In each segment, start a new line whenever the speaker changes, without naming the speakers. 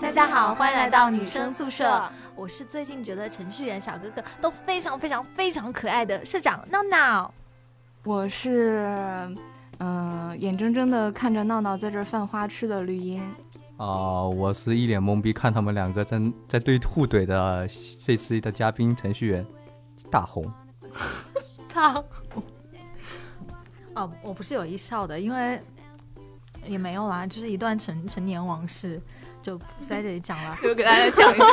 大家好，欢迎来到女生宿舍。我是最近觉得程序员小哥哥都非常非常非常可爱的社长闹闹。
我是，嗯、眼睁睁的看着闹闹在这儿犯花痴的绿茵。。
啊、我是一脸懵逼，看他们两个在在对互怼的这次的嘉宾程序员大红。
他，哦，我不是有意笑的，因为也没有啦，就是一段成成年往事，就不在这里讲了
就给大家讲一 下，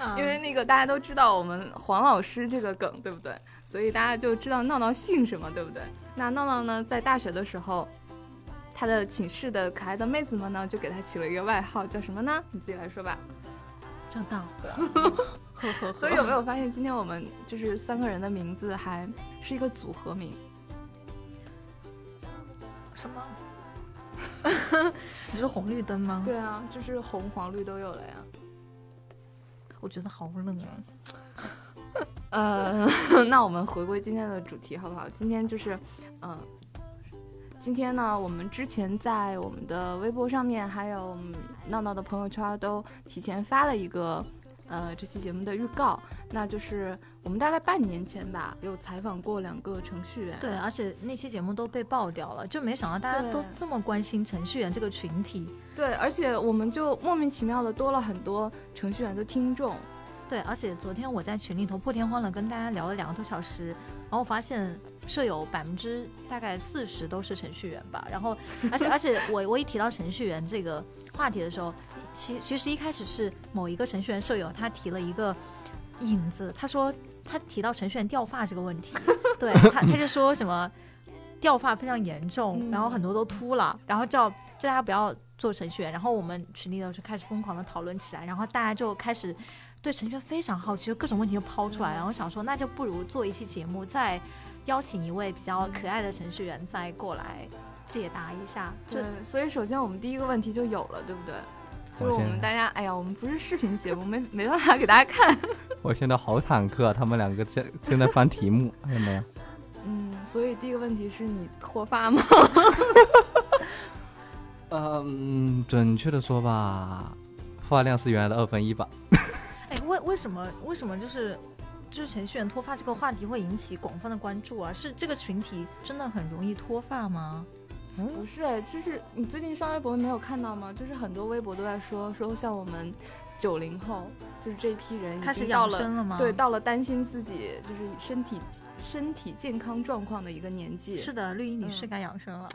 嗯
因为那个大家都知道我们黄老师这个梗，对不对？所以大家就知道闹闹姓什么，对不对？那闹闹呢，在大学的时候，他的寝室的可爱的妹子们呢，就给他起了一个外号，叫什么呢？你自己来说吧。
正道，呵呵
所
呵
以。有没有发现，今天我们就是三个人的名字还是一个组合名？
什么？ 你说红绿灯吗？
对啊，就是红黄绿都有了呀。
我觉得好冷啊。
呃， 那我们回归今天的主题好不好？今天就是，嗯、今天呢，我们之前在我们的微博上面，还有我们闹闹的朋友圈都提前发了一个，呃，这期节目的预告。那就是我们大概半年前吧，有采访过两个程序员。
对，而且那期节目都被爆掉了，就没想到大家都
对
这么关心程序员这个群体。
对，而且我们就莫名其妙的多了很多程序员的听众。
对，而且昨天我在群里头破天荒的跟大家聊了两个多小时，然后我发现舍友百分之大概四十都是程序员吧。然后， 而且而且我我一提到程序员这个话题的时候，其其实一开始是某一个程序员舍友他提了一个引子，他说他提到程序员掉发这个问题，对他他就说什么掉发非常严重，然后很多都秃了，然后叫叫大家不要做程序员，然后我们群里头就开始疯狂的讨论起来，然后大家就开始。对程序员非常好奇，就各种问题都抛出来，然后想说那就不如做一期节目，再邀请一位比较可爱的程序员再过来解答一下。就
对，所以首先我们第一个问题就有了，对不对？就是我
先
们大家，哎呀，我们不是视频节目，没没办法给大家看。
我现在好忐忑啊，他们两个现现在翻题目，看见没有？
嗯，所以第一个问题是你脱发吗？
嗯，准确的说吧，发量是原来的二分一吧。
哎，为为什么为什么就是就是程序员脱发这个话题会引起广泛的关注啊？是这个群体真的很容易脱发吗？嗯
不是，哎就是你最近刷微博没有看到吗？就是很多微博都在说说像我们九零后，就是这一批人已
开始
经到
养
了。
生了吗？
对，到了担心自己就是身体身体健康状况的一个年纪。
是的，绿衣女
嗯
士该养生了。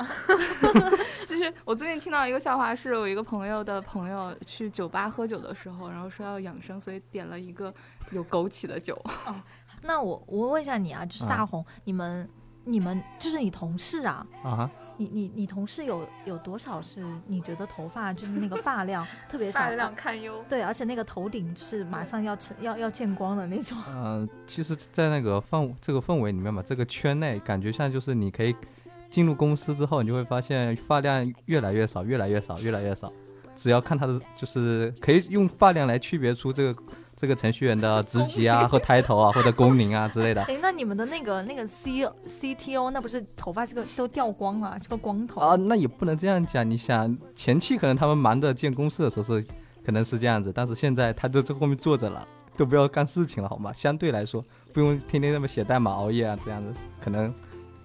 就是我最近听到一个笑话，是我一个朋友的朋友去酒吧喝酒的时候，然后说要养生，所以点了一个有枸杞的酒。
那我我问一下你啊，就是
啊
大红，你们你们就是你同事啊，
啊哈，
你你你同事有有多少是你觉得头发就是那个发量特别少？
堪忧。
对，而且那个头顶是马上要成要要见光的那种。
嗯、其实，在那个氛这个氛围里面吧，这个圈内感觉像就是你可以进入公司之后，你就会发现发量越来越少，越来越少，越来越少。只要看他的，就是可以用发量来区别出这个这个程序员的职级啊和 title 啊或者工龄啊之类的。
哎，那你们的那个那个 C C T O 那不是头发这个都掉光了，这个光头
啊，那也不能这样讲。你想，前期可能他们忙着建公司的时候是可能是这样子，但是现在他就在后面坐着了，都不要干事情了，好吗？相对来说，不用天天那么写代码、熬夜啊，这样子可能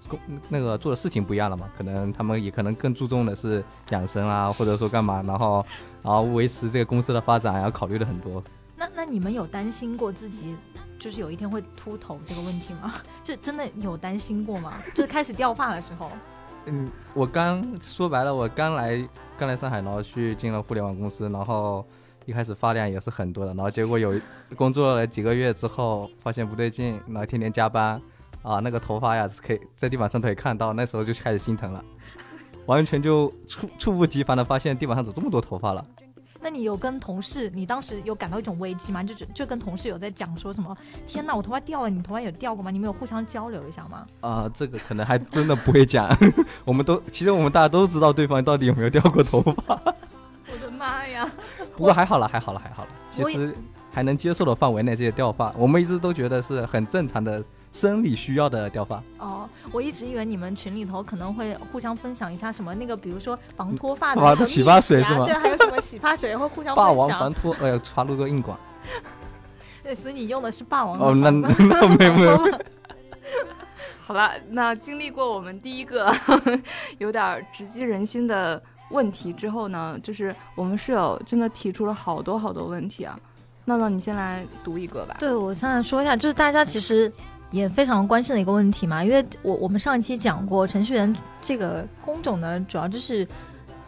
工那个做的事情不一样了嘛。可能他们也可能更注重的是养生啊，或者说干嘛，然后然后维持这个公司的发展，然后考虑了很多。
那那你们有担心过自己就是有一天会秃头这个问题吗？ 这真的有担心过吗？就是开始掉发的时候，
嗯，我刚说白了，我刚来刚来上海，然后去进了互联网公司，然后一开始发量也是很多的，然后结果有一工作了几个月之后，发现不对劲，然后天天加班，啊，那个头发呀是可以在地板上都可以看到，那时候就开始心疼了，完全就猝猝不及防的发现地板上怎么这么多头发了。
那你有跟同事，你当时有感到一种危机吗？就就就跟同事有在讲说什么？天呐，我头发掉了，你头发有掉过吗？你们有互相交流一下吗？
啊、这个可能还 真的不会讲，我们都其实我们大家都知道对方到底有没有掉过头发，
我的妈呀！
不过还好了，还好了，还好了，其
我也
实还能接受的范围内这些掉发，我们一直都觉得是很正常的生理需要的掉发。
哦，我一直以为你们群里头可能会互相分享一下什么那个，比如说防脱发的
防
那个
嗯洗发水
秘籍啊
是吗
对，还有什么洗发水会互相
霸
分
王
享
防。脱，哎呀，插入个硬广。
对，所以你用的是霸王的
哦，那
方法
那那没有
哦
没有，
好了，那经历过我们第一个 有点儿直击人心的问题之后呢，就是我们室友真的提出了好多好多问题啊。闹闹，你先来读一个吧。
对，我先来说一下，就是大家其实也非常关心的一个问题嘛，因为我我们上一期讲过，程序员这个工种呢，主要就是。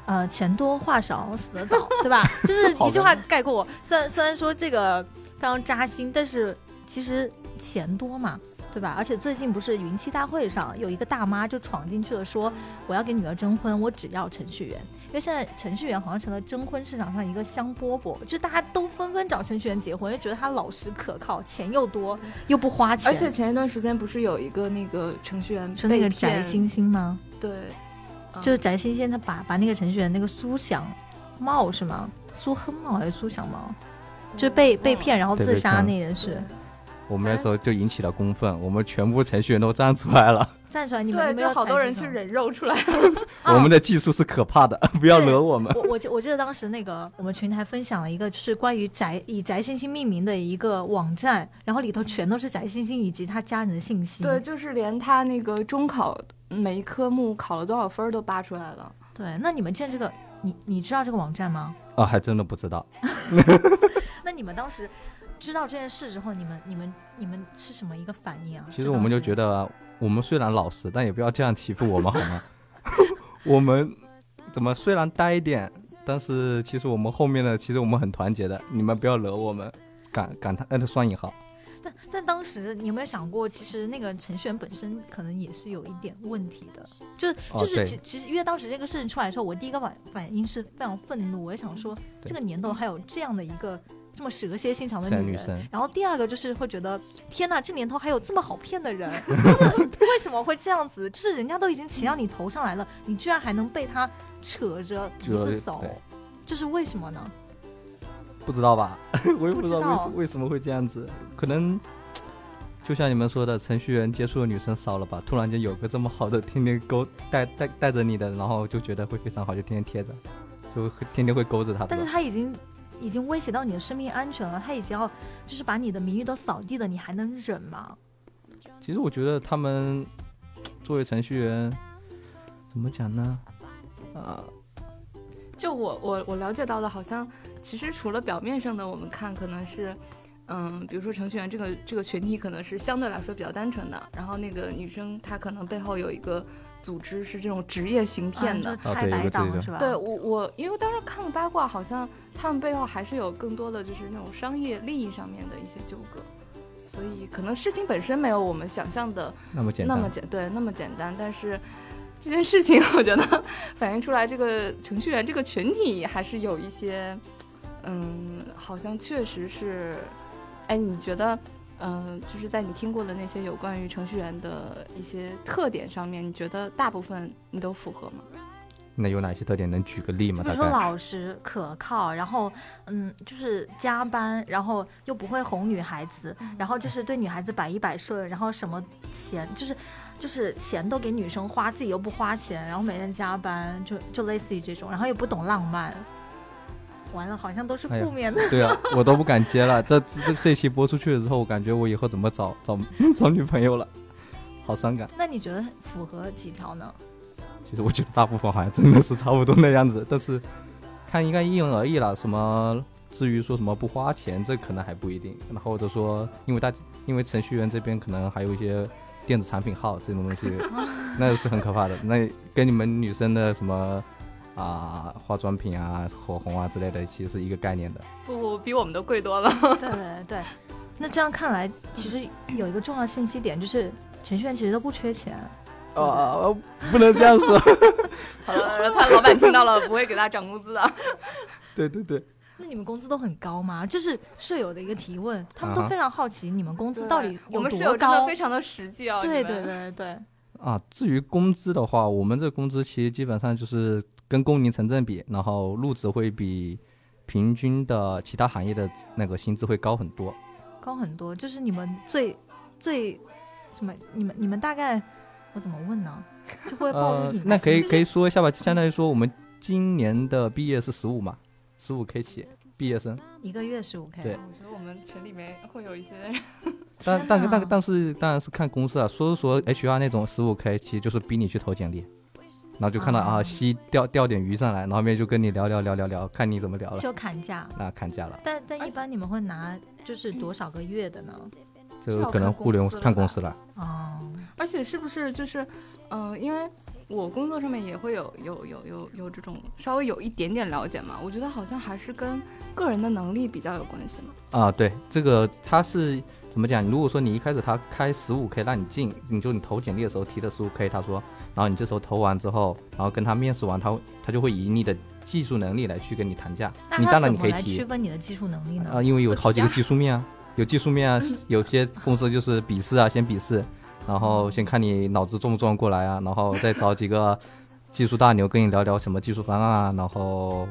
呃，钱多话少，死得早，对 吧？就是一句话概括。虽然虽然说这个非常扎心，但是其实钱多嘛，对吧？而且最近不是云栖大会上有一个大妈就闯进去了，说我要给女儿征婚，我只要程序员，因为现在程序员好像成了征婚市场上一个香饽饽，就是大家都纷纷找程序员结婚，就觉得他老实可靠，钱又多又不花钱，
嗯而且前一段时间不是有一个那个程序员
是那个
被
翟
骗
星星吗？
对，嗯
就是翟星星他把把那个程序员那个苏想茂是吗？苏亨茂还是苏想茂？
嗯
就是被被骗然后
对
自
被
杀
骗
那件事，
我们那 时候就引起了公愤，我们全部程序员都站出来了。
站出来你
忘
们
了。
有没
对，
有
就好多
采
人
这
去
种
人肉出来。
啊
我们的技术是可怕的， 不要惹我们。
我我记我记得当时那个我们群里还分享了一个，就是关于宅以宅星星命名的一个网站，然后里头全都是宅星星以及他家人的信息。
对，就是连他那个中考每一科目考了多少分儿都扒出来了。
对，那你们建这个，你你知道这个网站吗？
啊，还真的不知道。
那你们当时知道这件事之后，你们你们你们是什么一个反应啊？
其实我们就觉得，我们虽然老实，但也不要这样欺负我们好吗？ 我们怎么虽然呆一点，但是其实我们后面的其实我们很团结的，你们不要惹我们。感感叹呃双引号，
但但当时你有没有想过，其实那个程序员本身可能也是有一点问题的，就是
哦
就是
对
其、其实因为当时这个事情出来的时候，我第一个反反应是非常愤怒，我也想说
对
这个年头还有这样的一个这么蛇蝎心肠的
现在
女
女
人。
生
然后第二个就是会觉得，天呐，这年头还有这么好骗的人， 就是为什么会这样子？就是人家都已经骑到你头上来了，你居然还能被他扯着鼻
就是
子走
对，
这是为什么呢？
不知道吧？ 我也不知道
不知
为
道
什为什么会这样子，可能就像你们说的，程序员接触的女生少了吧？突然间有个这么好的，天天勾带带带着你的，然后就觉得会非常好，就天天贴着，就会天天会勾着她。
但是他已经已经威胁到你的生命安全了，他已经要就是把你的名誉都扫地了，你还能忍吗？
其实我觉得他们作为程序员，怎么讲呢？啊，
就我我我了解到的，好像其实除了表面上的，我们看可能是，嗯，比如说程序员这个这个群体可能是相对来说比较单纯的，然后那个女生她可能背后有一个组织是这种职业行骗的。
啊就拆
啊对有
白
个
党、
这个
是吧？
对我，我因为当时看了八卦，好像他们背后还是有更多的就是那种商业利益上面的一些纠葛，所以可能事情本身没有我们想象的
那么简
那
单。
么简对那么简单，但是 这件事情我觉得 反映出来，这个程序员这个群体还是有一些，嗯，好像确实是，哎，你觉得，嗯、就是在你听过的那些有关于程序员的一些特点上面，你觉得大部分你都符合吗？
那有哪些特点？能举个例吗？
比如
大
说
概
老实可靠，然后嗯，就是加班，然后又不会哄女孩子，然后就是对女孩子百依百顺，然后什么钱就是就是钱都给女生花，自己又不花钱，然后每天加班，就就类似于这种，然后也不懂浪漫。完了，好像都是
哎呀
负面的。
对啊，我都不敢接了。这这这这期播出去了之后，我感觉我以后怎么找找 找女朋友了，好伤感。
那你觉得符合几条呢？
其实我觉得大部分好像真的是差不多那样子，但是 看应该因人而异啦。什么至于说什么不花钱，这可能还不一定。然后或者说，因为大因为程序员这边可能还有一些电子产品号这种东 西，那是很可怕的。那跟你们女生的什么啊、化妆品啊、口红啊之类的，其实是一个概念的。
不不，比我们都贵多 了。
对对对，那这样看来，其实有一个重要信息点就是，程序员其实都不缺钱。
哦， 不能这样说。
好了，他老板听到了不会给他涨工资的。
对对对，
那你们工资都很高吗？这是舍友的一个提问，他们都
啊哈
非常好奇你们工资到底
我
有
们室
多
友真的
高
非。常的实际哦。
对
你们
对对对对，
啊，至于工资的话，我们这工资其实基本上就是跟工龄成正比，然后入职会比平均的其他行业的那个薪资会高很多。
高很多。就是你们最最什么？你们你们大概我怎么问呢？这会暴露
呃
隐私。，
那可以
其实
可以说一下吧，
嗯
相当于说我们今年的毕业是十五嘛，十五 K 起毕业生，
一个月十五 K。
对
我觉得我们群里面会有一些
但
天
但但
哪
但是当然是看公司啊，说是说 HR 那种十五 K，其实就是逼你去投简历，然后就看到
啊
啊西钓钓点鱼上来，然后后面就跟你聊聊聊聊聊，看你怎么聊了，
就砍价。
那砍价了，
但但一般你们会拿就是多少个月的呢？
这
这要
可
看
能互联
公司了
看公
吧
司了，
哦，
而且是不是就是，嗯、因为我工作上面也会有有有有有这种稍微有一点点了解嘛，我觉得好像还是跟个人的能力比较有关系嘛。
啊，对，这个他是怎么讲？如果说你一开始他开十五 K 让你进，你就你投简历的时候提的十五 K，他说，然后你这时候投完之后，然后跟他面试完，他他就会以你的技术能力来去跟你谈价。
那
你
他
当然
怎
你
么
可以
来区
提
分你的技术能力
啊，
呢？
因为有
做题
好几个
啊
技术面啊，有技术面啊，有些公司就是笔试啊，先笔试，然后先看你脑子转不转过来啊，然后再找几个技术大牛跟你聊聊什么技术方案啊，然后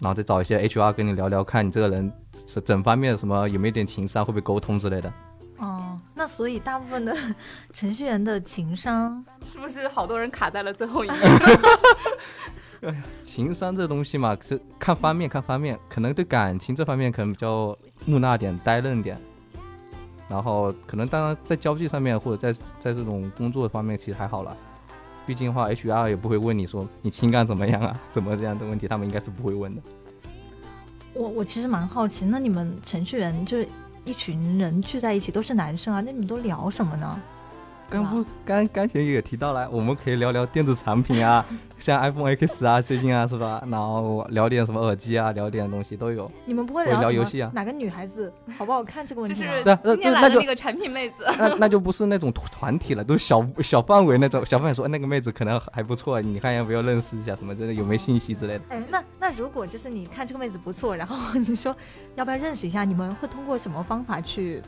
然后再找一些 HR 跟你聊聊，看你这个人整整方面什么有没有点情商，会不会沟通之类的。
哦，那所以大部分的 程序员的情商，
是不是好多人卡在了最 后一页？
情商这东西嘛，是看方面看方面，可能对感情这方面可能比较木讷点、呆愣点，然后可能当然在交际上面或者在在这种工作方面其实还好了，毕竟的话 HR 也不会问你说你情感怎么样啊， 怎么这样的问题，他们应该是不会问的。
我我其实蛮好奇，那你们程序员就是一群人聚在一起都是男生啊，那你们都聊什么呢？
刚不刚刚前也提到了，我们可以聊聊电子产品啊，像 iPhone X 啊，最近啊是吧？然后聊点什么耳机啊，聊点东西都有。
你们不会
会聊
什么
游戏啊
哪个女孩子好不好看这个问
就
题
是
吗？
对啊那
今天
那
来的
就
那个产品妹子，
那那就不是那种团体了，都是小小范围那种。小范围说哎那个妹子可能还不错，你看要不要认识一下什么之类，有没有信息之类的。
哎，那那如果就是你看这个妹子不错，然后你说要不要认识一下，你们会通过什么方法去，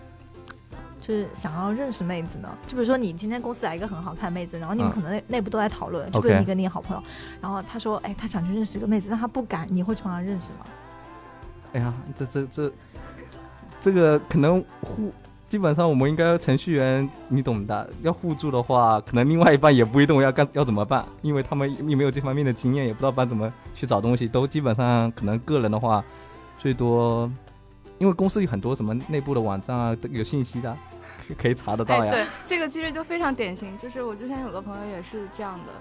就是想要认识妹子呢？就比如说你今天公司来一个很好看妹子，然后你们
嗯
可能内内部都在讨论，就比
OK
如你跟你好朋友，然后他说，哎，他想去认识一个妹子，但他不敢，你会从他认识吗？
哎呀，这这这这个可能互。基本上我们应该程序员，你懂的。要互助的话，可能另外一半也不一定要干要怎么办，因为他们也没有这方面的经验，也不知道该怎么去找东西。都基本上可能个人的话，最多，因为公司有很多什么内部的网站啊，都有信息的，可以可以查得到
哎，
呀。
对，这个其实就非常典型，就是我之前有个朋友也是这样的，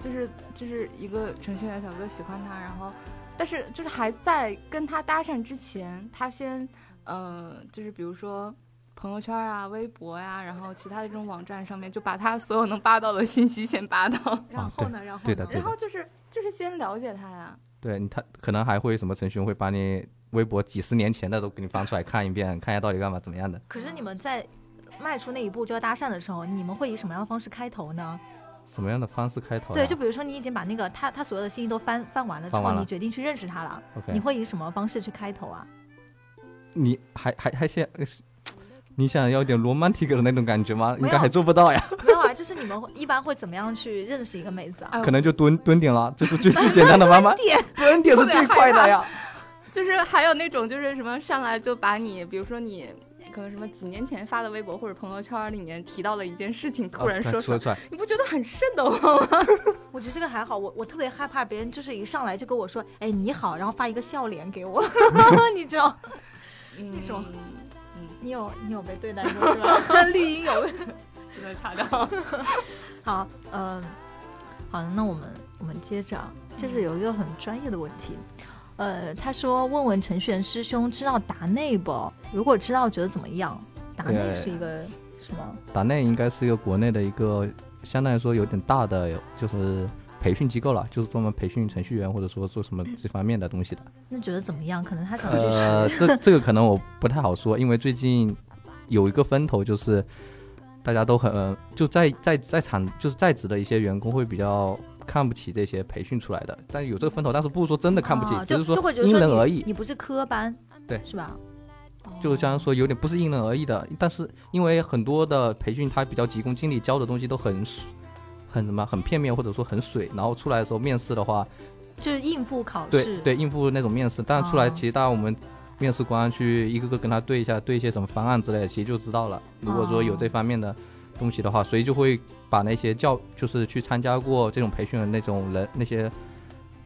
就是就是一个程序员小哥喜欢他，然后但是就是还在跟他搭讪之前，他先呃就是比如说。朋友圈啊，微博呀、然后其他的这种网站上面，就把他所有能扒到的信息先扒到，
然后呢，然后
啊对
呢？
的对
然后就是就是先了解他呀。
对你他可能还会什么程序员会把你微博几十年前的都给你翻出来看一遍，看一下到底干嘛怎么样的。
可是你们在迈出那一步就要搭讪的时候，你们会以什么样的方式开头呢？
什么样的方式开头呀？
对，就比如说你已经把那个他他所有的信息都翻翻完了之
翻完
后，
了
你决定去认识他了，
OK，
你会以什么方式去开头啊？
你还还还想，呃是你想要点 romantic 的那种感觉吗？
没有
应该还做不到呀，
没有啊，就是你们会一般会怎么样去认识一个妹子啊？
哎呦
可能就蹲蹲点了，这是最最简 单的方法。
点
蹲点是最快的呀。
就是还有那种就是什么上来就把你，比如说你可能什么几年前发的微博或者朋友圈里面提到的一件事情，突然
啊
说出来，
出来，
你不觉得很瘆得慌吗？
我觉得这个还好，我我特别害怕别人就是一上来就跟我说，哎你好，然后发一个笑脸给 我，你知道？
那
种
嗯，
你有你有被对待 过是吧？绿茵有被。
真的查 到。
好，嗯、好，那我们我们接着啊，这是有一个很专业的问题。呃，他说问问程序员师兄知道达内不？如果知道，觉得怎么样？达内
对
是一个什么？
达内应该是一个国内的一个相当于说有点大的，就是培训机构了，就是专门培训程序员或者说做什么这方面的东西的。
那觉得怎么样？可能他想去学。
呃，这这个可能我不太好说，因为最近有一个风头就是大家都很、呃就在在在厂就是在职的一些员工会比较看不起这些培训出来的，但有这个风头，但是不是说真的看不起，
啊
只
就是就会觉得
因
说
人
你
而异，
你不是科班，
对
是吧？哦
就像说有点不是因人而异的，但是因为很多的培训它比较急功近利，教的东西都很水很什么很片面或者说很水，然后出来的时候面试的话，
就是应付考
对
试，
对，应付那种面试。但出来
哦
其实大家我们面
哦
试官去一个个跟他对一下，对一些什么方案之类的，其实就知道了。如果说有这方面的东西的话，所以就会把那些教就是去参加过这种培训的那种人，那些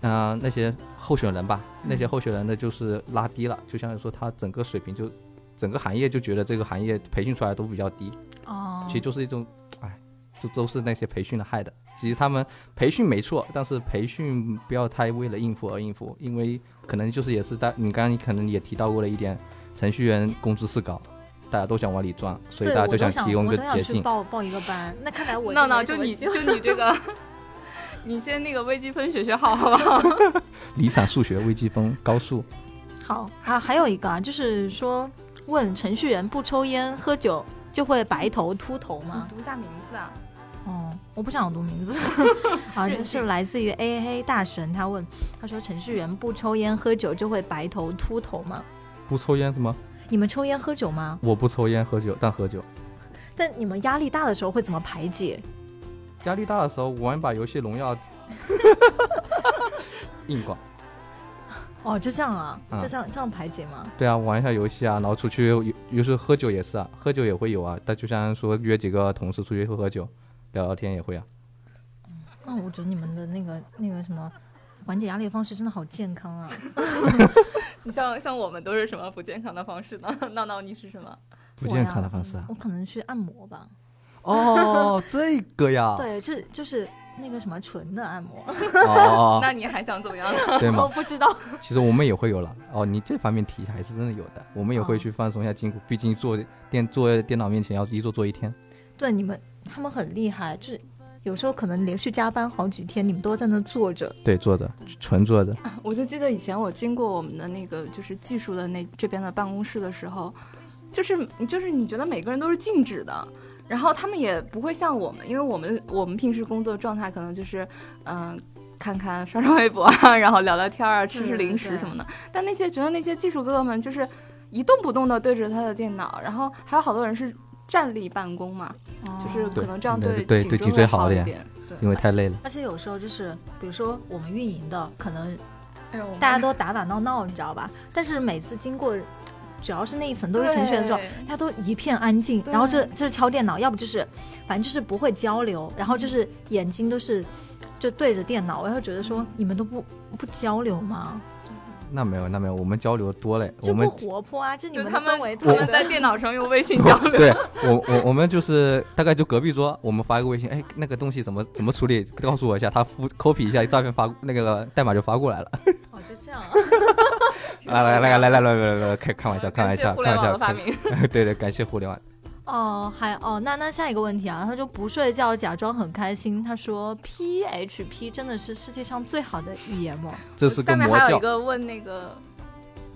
嗯、那些候选人吧，那
嗯
些候选人的就是拉低了，就相当于说他整个水平就整个行业就觉得这个行业培训出来都比较低，
哦，
其实就是一种，哎，这都是那些培训的害的。其实他们培训没错，但是培训不要太为了应付而应付，因为可能就是也是在你刚刚可能也提到过的一点，程序员工资是高，大家都想往里赚，所以
对
大家
我都
想提供
我
个
都想
捷
去
径。
报报一个班，那看来 我
闹闹，
没
就
什么
你
机会
就你这 个，你先那个微积分学学好，好不好？
理想数学、微积分、高数，
好啊，还有一个啊，就是说问程序员不抽烟喝酒就会白头秃头吗？
读一下名字啊。
哦，我不想读名字， 好像是来自于 A A A 大神，他问他说程序员不抽烟喝酒就会白头秃头吗？
不抽烟是吗？
你们抽烟喝酒吗？
我不抽烟喝酒，但喝酒。
但你们压力大的时候会怎么排解？
压力大的时候玩一把游戏《荣耀》，硬广。
哦，就这样啊，
嗯
就这样、这样排解吗？
对啊，玩一下游戏啊，然后出去有有时候喝酒也是啊，喝酒也会有啊。但就像说约几个同事出去喝喝酒，聊聊天也会啊。
那、我觉得你们的那个那个什么缓解压力的方式真的好健康啊！
你像像我们都是什么不健康的方式呢？ 闹闹，你是什么？
不健康的方式啊
我可能去按摩吧。
哦，这个 呀，
对，是就是那个什么纯的按摩，
哦，
那你还想怎么样呢？
对
我
嘛，
不知道。
其实我们也会有了。哦，你这方面提还是真的有的，我们也会去放松一下筋骨，毕竟坐电坐电脑面前要一坐坐一天。
对，你们他们很厉害，就是有时候可能连续加班好几天，你们都在那坐着。
对，坐着，纯坐着。
我就记得以前我经过我们的那个就是技术的那这边的办公室的时候，就是就是你觉得每个人都是静止的，然后他们也不会像我们，因为我们我们平时工作状态可能就是嗯。看看刷刷微博啊，然后聊聊天啊，吃吃零食什么的。但那些觉得那些技术哥哥们就是一动不动的对着他的电脑，然后还有好多人是站立办公嘛，就是可能这样
对对
颈椎
对颈
会
椎好一
一
点
点。哦对
因为太累了。
而且有时候就是，比如说我们运营的，可能
哎呦我们
大家都打打闹闹，你知道吧？但是每次经过，只要是那一层都是程序员的时候，
对
大家都一片安静，
对
然后这这是敲电脑，要不就是，反正就是不会交流，然后就是眼睛都是就对着电脑，我会觉得说你们都不不交流吗？
那没有，那没有，我们交流多嘞。我
就
们
不活泼啊，就你
就
们
是
的
他们
氛围
他们
太
在电脑上用微信交流。
对我我我们就是大概就隔壁桌，我们发一个微信，哎，那个东西怎么怎么处理，告诉我一下，他复 copy 一下照片发那个代码就发过来了。
哦，就这样 啊。
来来来来来来来来来，开开玩笑，开玩
感谢
笑，
互
开
联
玩
网的
笑，
发
开
明。
对对，感谢互联网。
哦，还哦，那那下一个问题啊，他说不睡觉假装很开心，他说 PHP 真的是世界上最好的语言吗？
这是个
下面
魔
还有一
教，
个问那个，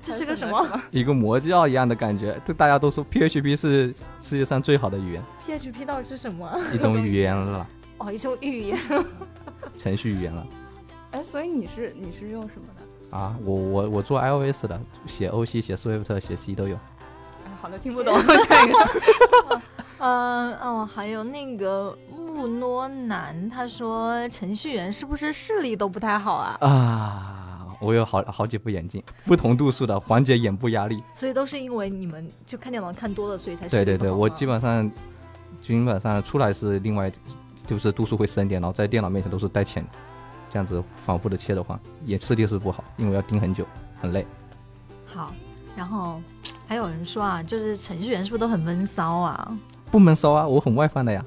这是个什么
一个魔教一样的感觉。这大家都说 PHP 是世界上最好的语言，
？PHP 到底是什么？啊
一种语言了，
哦，一种语言。
程序语言了
哎，所以你是你是用什么的？
啊！我我我做 iOS 的，写 OC、写 Swift、写 C 都有。
哎，好的，听不懂。下一个，
嗯哦，还有那个木诺南，他说程序员是不是视力都不太好啊？
啊，我有好好几副眼镜，不同度数的，缓解眼部压力。
所以都是因为你们就看电脑看多了，所以才视
对
力
对
不
对，
好
我
吗啊
基本上基本上出来是另外就是度数会深一点，然后在电脑面前都是带浅的，这样子反复的切的话，也视力是不好，因为要盯很久，很累。
好。然后还有人说啊，就是程序员是不是都很闷骚啊？
不闷骚啊，我很外放的呀。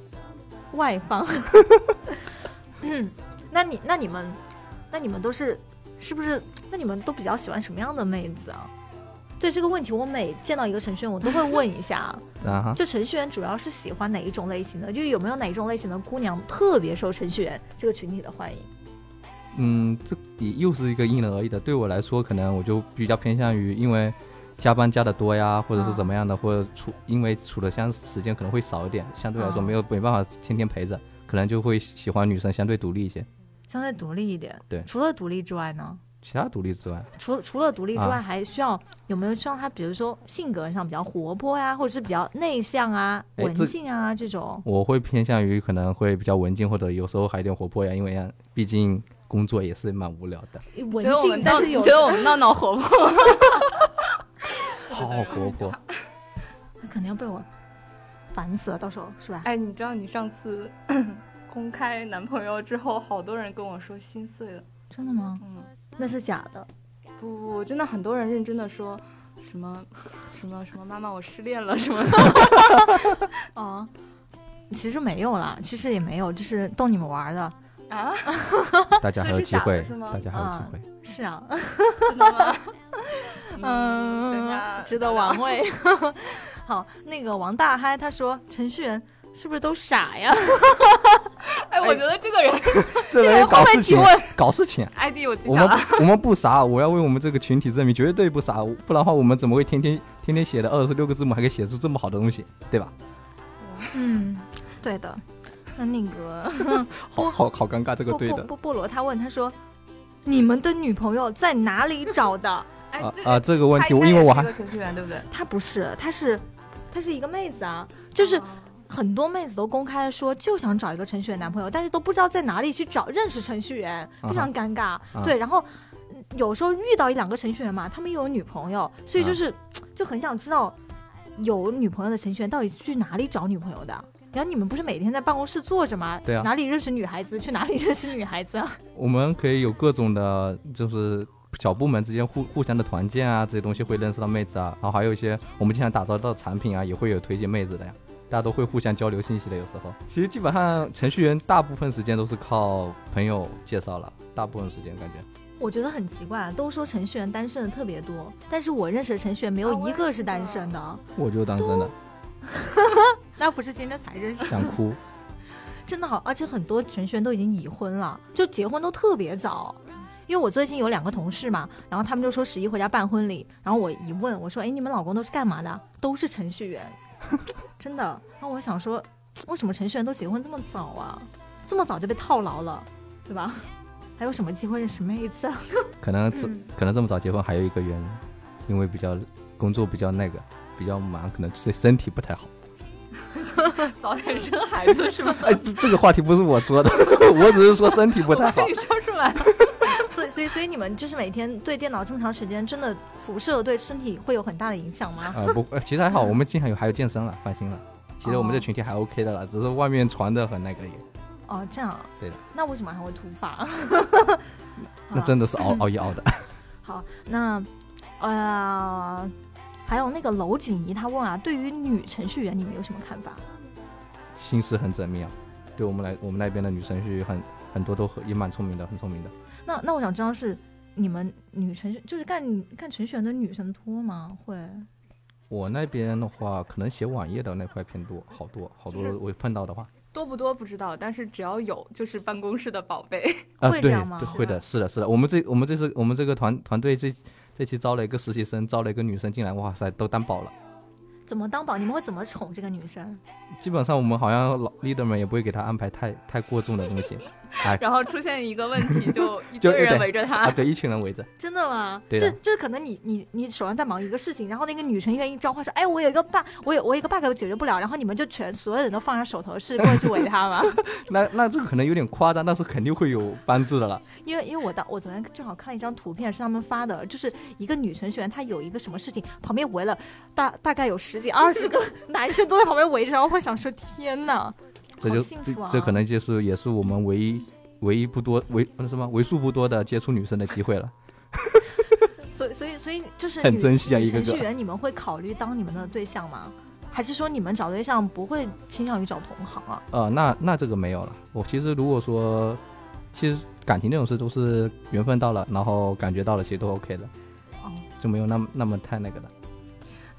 外放。嗯，那你那你们那你们都是是不是？那你们都比较喜欢什么样的妹子啊？对这个问题，我每见到一个程序员，我都会问一下，
啊哈，
就程序员主要是喜欢哪一种类型的？就是有没有哪一种类型的姑娘特别受程序员这个群体的欢迎？
嗯，这也又是一个因人而异的。对我来说，可能我就比较偏向于因为。加班加的多呀，或者是怎么样的，或者处因为处的相时间可能会少一点，相对来说
哦
没有、没办法天天陪着，可能就会喜欢女生相对独立一些。
相对独立一点，
对
除了独立之外呢？
其他独立之外，
除除了独立之
啊
外，还需要有没有需要他，比如说性格上比较活泼呀、或者是比较内向啊、
哎
文
这
静啊这种？
我会偏向于可能会比较文静，或者有时候还有点活泼呀，因为呀毕竟工作也是蛮无聊的。
文
觉得我
静
们，
但
闹，
是有
觉得我们闹闹 活泼。
好活泼，
那肯定要被我烦死了，到时候是吧？
哎，你知道你上次 公开男朋友之后，好多人跟我说心碎了。
真的吗？
嗯，
那是假的。
不不不，真的很多人认真的说什么什么什么妈妈我失恋了什么的。
哦，其实没有啦，其实也没有，就是逗你们玩儿的。
啊，
大家还有
这是
机
假的
会
是，吗
大家还有机会。
是啊，
真的 吗？
嗯
大家
值得玩味。好，那个王大嗨他说，程序员是不是都傻呀？
哎，我觉得这个人
这人搞事情
这人会不会，
搞事情。
ID 我记
我
下了。
们不我们不傻，我要为我们这个群体证明，绝对不傻，不然的话我们怎么会天天天天写的二十六个字母还可以写出这么好的东西，对吧？
嗯，对的。那那个
好好好尴尬，这个
菠
对
菠
的
菠菠萝他问他说，你们的女朋友在哪里找的？
哎
啊
这
啊！这个问
他
题，
应
我
该
因为
也
我
是
还
个程序员对不对？
她不是，她是，她是一个妹子啊，
哦
就是。很多妹子都公开说就想找一个程序员男朋友，但是都不知道在哪里去找认识程序员，
哈
非常尴尬。
啊
对，然后嗯有时候遇到一两个程序员嘛，他们又有女朋友，所以
啊
就是、就很想知道有女朋友的程序员到底去哪里找女朋友的。然后你们不是每天在办公室坐着吗？
对啊
哪里认识女孩子去哪里认识女孩子啊？
我们可以有各种的，就是小部门之间互互相的团建啊，这些东西会认识到妹子啊，然后还有一些我们经常打造到的产品啊，也会有推荐妹子的呀。大家都会互相交流信息的，有时候其实基本上程序员大部分时间都是靠朋友介绍了，大部分时间感觉。
我觉得很奇怪，都说程序员单身的特别多，但是我认识的程序员没
啊
有
我
一
也
个
是
是单
的
身的，
我就当真的
那不是今天才认识。
想哭，
真的好，而且很多程序员都已经已婚了，就结婚都特别早。因为我最近有两个同事嘛，然后他们就说十一回家办婚礼，然后我一问我说：“哎，你们老公都是干嘛的？都是程序员， 真的。”然后我想说，为什么程序员都结婚这么早啊？这么早就被套牢了，对吧？还有什么机会认识妹子啊？
可能这、
嗯
可能这么早结婚还有一个原因，因为比较工作比较那个，比较忙，可能对身体不太好。
早点生孩子是吗？
哎，这这个话题不是我说的， 我只是说身体不太好
被。你说出来了。
所以，所以，所以你们就是每天对电脑这么长时间，真的辐射对身体会有很大的影响吗？
啊、不，呃其实还好，我们经常有还有健身了，放心了。其实我们这群体还 OK 的了，只是外面传的很那个也，
哦，这样啊。
对的
那为什么还会突 发？啊
那真的是 熬熬夜熬的。
好，那呃，还有那个娄锦怡，她问啊，对于女程序员你们有什么看法？
心思很缜密啊，对我们来我们那边的女生是很很多都很也蛮聪明的，很聪明的。
那那我想知道是你们女程序就是干干程序员的女生多吗？会
我那边的话，可能写网页的那块偏多，好多好多
就是
我碰到的话，
多不多不知道，但是只要有就是办公室的宝贝。
啊，
会
对，
这样吗
对会的，是的，是的。我们这我们这次我们这个团团队这这期招了一个实习生，招了一个女生进来，哇塞，都担保了。
怎么当宝？你们会怎么宠这个女生？
基本上我们好像老 leader 们也不会给她安排太太过重的东 西
然后出现一个问题， 就一
就
堆人
对
围着
啊，
他。
对，一群人围着。
真的吗？
对
这
的
这可能你你你手上在忙一个事情，然后那个女生愿意召唤说，哎，我有一个 bug，我有我有一个 bug 我解决不了，然后你们就全所有人都放下手头事过去围她吗？
那那这个可能有点夸张，但是肯定会有帮助的了。
因为因为我当我昨天正好看了一张图片，是他们发的，就是一个女程序员，她有一个什么事情，旁边围了大大概有十几二十个 男生都在旁边围着，然后会想说天哪，
这
好
就、
幸
这
福啊
这可能就是也是我们唯一唯一不多唯呃什么为数不多的接触女生的机会了。
所以所以所以就是
很
女
珍惜啊
女
一个个
程序员你们会考虑当你们的对象吗？还是说你们找对象不会倾向于找同行啊？
呃，那那这个没有了。我其实如果说，其实感情这种事都是缘分到了，然后感觉到了，其实都 OK 的，
哦，
就没有那么那么太那个的。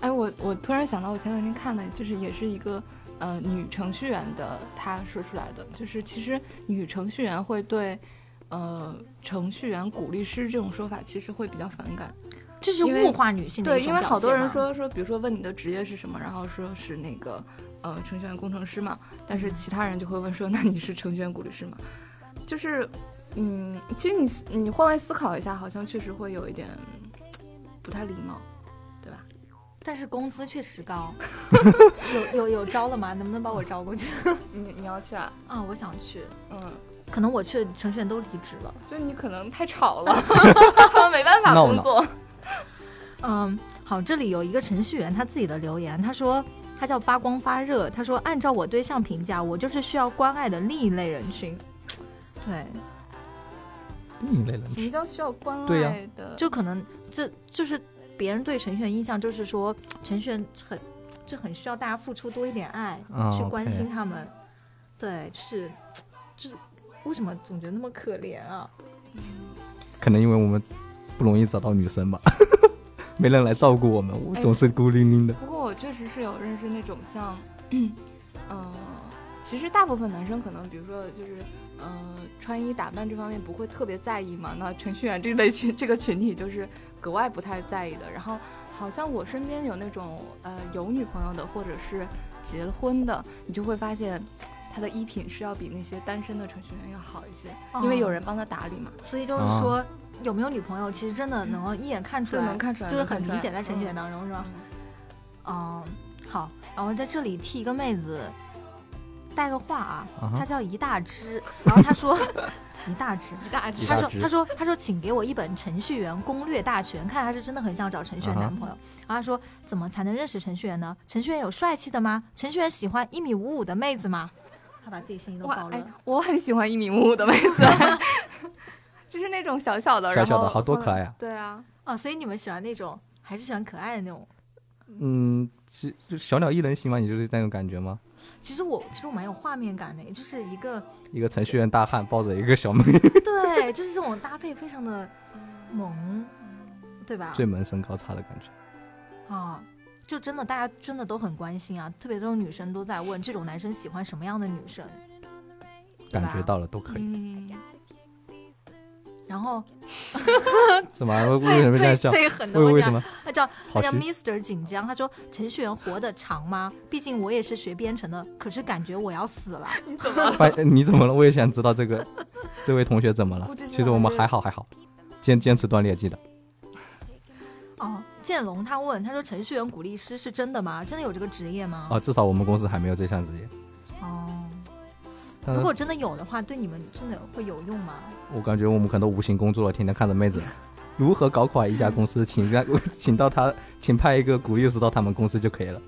哎，我我突然想到，我前两天看的，就是也是一个呃女程序员的，她说出来的，就是其实女程序员会对呃程序员鼓励师这种说法，其实会比较反感。
这是
因为
物化女性的
对，
一
因
种
为
表
好多
现
人
吗
说说，比如说问你的职业是什么，然后说是那个呃程序员工程师嘛，但是其他人就会问说，那你是程序员鼓励师吗？就是，嗯，其实你思你换位思考一下，好像确实会有一点不太礼貌。
但是工资确实 高，有有有招了吗？能不能把我招过去
你你要去啊？
啊？我想去，
嗯，
可能我去的程序员都离职了。
就你可能太吵 了，他们没办法
闹
工
闹
作。
嗯，好，这里有一个程序员他自己的留言，他说：“他叫发光发热，他说按照我对象评价，我就是需要关爱的另一类人群。对，嗯
另一类人
什么
群，
叫需要关
对呀
爱的？
就可能这就是别人对程序员印象，就是说程序员很就很需要大家付出多一点爱，
啊
去关
OK
心他们。对，是就是为什么总觉得那么可怜啊？
可能因为我们不容易找到女生吧， 没人来照顾我们，我
哎
总是孤零零的。
不过我确实是有认识那种像，嗯、呃，其实大部分男生可能，比如说就是，呃，穿衣打扮这方面不会特别在意嘛。那程序员这类群这 个群体就是格外不太在意的。然后好像我身边有那种呃有女朋友的，或者是结了婚的，你就会发现。他的衣品是要比那些单身的程序员要好一些，因为有人帮他打理嘛，
哦所以就是说，有没有女朋友，其实真的能够一眼看出
对，
来，
能看出来，
嗯就是
能看
很
出来
明显在程序员
嗯
当中，是吧？
嗯
嗯，好，然后在这里替一个妹子带个话啊，
啊哈
她叫一大只，然后她 说一大只。
一大只
一
她
大
说：“
只
她说，她说，请给我一本《程序员攻略大全》，看来她是真的很想找程序员
啊哈
男朋友。然后她说，怎么才能认识程序员呢？程序员有帅气的吗？程序员喜欢一米五五的妹子吗？她把自己心里都
哇
暴，露
哎
了。，
我很喜欢一米五五的妹 子，就是那种小小的，
小小
然
的，
后
好多
会
可爱啊！
对啊，
哦，所以你们喜欢那种，还是喜欢可爱的那种？
嗯，其就小鸟依人行吗？你就是那种感觉吗？
其实我，其实我蛮有画面感的，就是一个
一个程序员大汉抱着一个小妹，
对，就是这种搭配非常的萌，对吧？
最萌身高差的感觉。
啊，就真的大家真的都很关心啊，特别这种女生都在问这种男生喜欢什么样的女生，
感
对
觉
吧
到了都可以，
嗯，
然后
怎么为
最
为什么这
最
样笑？
最狠的
为
我
为什
讲，
么？
他叫他
好
叫
虚
Mr 锦江，他说程序员活得长吗？毕竟我也是学编程的，可是感觉我要死了。
你怎么
发哎你怎么了？我也想知道 这个这位同学怎么了
估计。是
其实我们
还是
还好还好，坚坚持锻炼记得。
哦，建龙他问他说程序员鼓励师是真的吗？真的有这个职业吗？
啊，至少我们公司还没有这项职业。
哦，
但
如
是
果真的有的话，对你们真的会有用吗？
我感觉我们可能都无形工作了，天天看着妹 子。如何搞垮一家公司？请让 请到他，请派一个鼓励师到他们公司就可以了。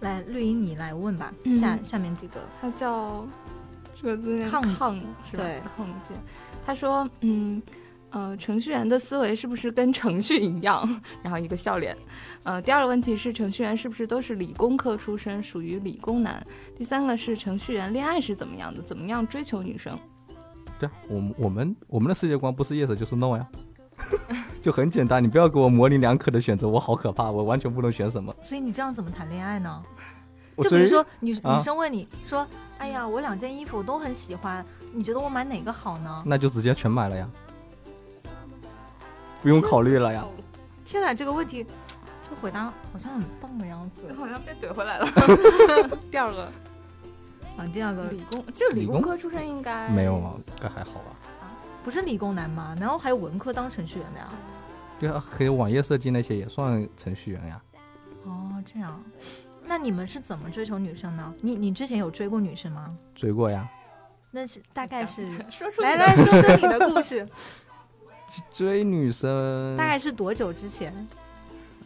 来，绿茵你来问吧，
嗯
下下面几个。
他叫 这个字念
抗
抗是吧？
对，
抗键。他说，嗯，呃，程序员的思维是不是跟程序一样？ 然后一个笑脸。呃，第二个问题是，程序员是不是都是理工科出身，属于理工男？第三个是，程序员恋爱是怎么样的？怎么样追求女生？
对啊，我们我们我们的世界观不是 yes 就是 no 呀， 就很简单。你不要给我模棱两可的选择，我好可怕，我完全不能选什么。
所以你这样怎么谈恋爱呢？
我
就比
所以
如说女
啊
女生问你说：“哎呀，我两件衣服都很喜欢，你觉得我买哪个好呢？”
那就直接全买了呀，不用考虑 了呀。
天哪，这个问题这个回答好像很棒的样子。
好像被怼回 来了。第二个
啊，第二个
理工，这
理
呃理
工
工科出身应
哎
该
没有啊，应该还好吧？
不是理工男吗？然后还有文科当程序员的呀？
对啊，可以网页设计那些也算程序员呀。
哦，这样。那你们是怎么追求女生呢？你你之前有追过女生吗？
追过呀，
那是大概是
说出
来来说说你 的故事，
追女生
大概是多久之前？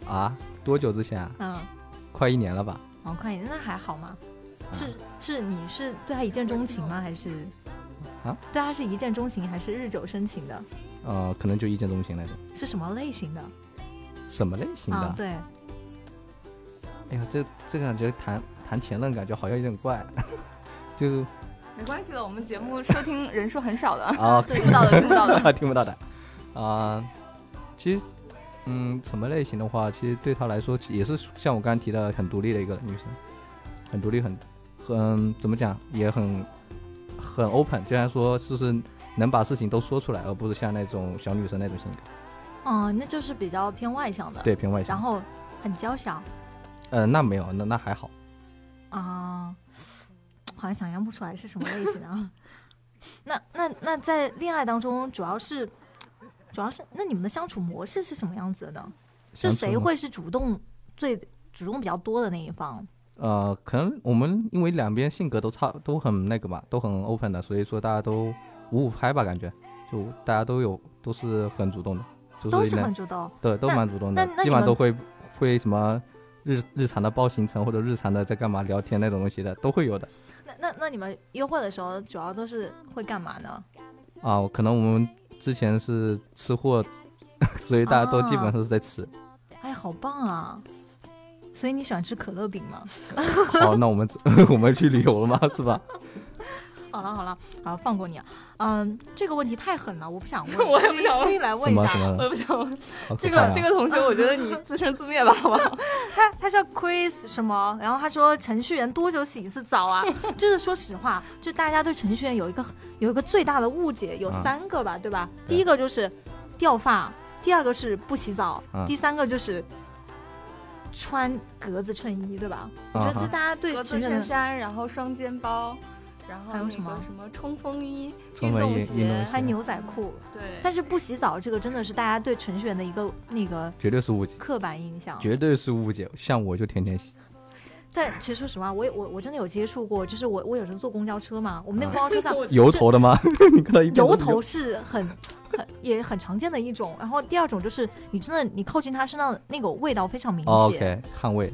啊，多久之前啊？
嗯，
快一年了吧？
哦，快一点，那还好吗？
啊
是是，你是对他一见钟情吗？还是
啊？
对他是一见钟情还是日久生情的？
呃，可能就一见钟情那种。
是什么类型的？
什么类型的？
啊，对，
哎呀，这这个感觉谈谈前任感觉好像有点怪， 就
没关系的，我们节目收听人数很少 的，
啊，
对
听不到的，听不到的。。
听不到的啊、其实，嗯，什么类型的话，其实对他来说也是像我刚刚提到的很独立的一个女生，很独立，很很怎么讲，也很很 open，就像说就是能把事情都说出来，而不是像那种小女生那种性格，
嗯，那就是比较偏外向的，
对，偏外向
然。后很娇小
呃，那没有，那那还好。
啊，好像想象不出来是什么类型的啊。 那那那在恋爱当中，主要是主要是那你们的相处模式是什么样子的呢？就
相处
谁
嘛
会是主动最主动比较多的那一方？
呃，可能我们因为两边性格都差，都很那个吧，都很 open 的，所以说大家都五五开吧，感觉就大家都有都是很主动的，就是
都是
能
很主动。
对，都
那
蛮主动
那
的
那，你
基本
们
上都会会什么日日常的报行程或者日常的在干嘛聊天那种东西的都会有的
那那那你们约会的时候主要都是会干嘛呢？
啊。我可能我们之前是吃货， 所以大家都基本上是在吃。
哎，好棒啊！所以你喜欢吃可乐饼吗？啊
好，哦那我们 我们去旅游了吗？ 是吧？
好了好了，好放过你啊。嗯，这个问题太狠了，我不想问
我也不想问
故意来问
什
一
么
下呃
什。么
我也
的
不想问
好可
这
怕
个
呀
这个同学，我觉得 你自生自灭吧，好不 好？
他他叫 Chris 什么？然后他说程序员多久洗一次澡 啊？就是说实话，就大家对程序员有一个有一个最大的误解，有
嗯
三个吧，对吧？
对
第一个就是掉发，第二个是不洗澡，
嗯
第三个就是穿格子衬衣，对吧？我觉
啊
得就
哈
大家对
格子
程序员
衬
的
衫，然后双肩包，然后
还有
那
什
个
么
什么冲锋衣、
冲锋
运
衣运动
鞋
鞋，
穿牛仔裤，
对，
但是不洗澡这个真的是大家对程序员的一个那个
绝对是误解，
刻板印象。
绝对是误解。像我就天天洗，
但其实说实话，我也我我真的有接触过，就是我我有时候坐公交车嘛，我们那个公交车 上
油头的 吗？你看到一啊边
油
都是
头是很很也很常见的一种，然后第二种就是你真的你靠近它身上那个味道非常明显，
哦 OK，捍卫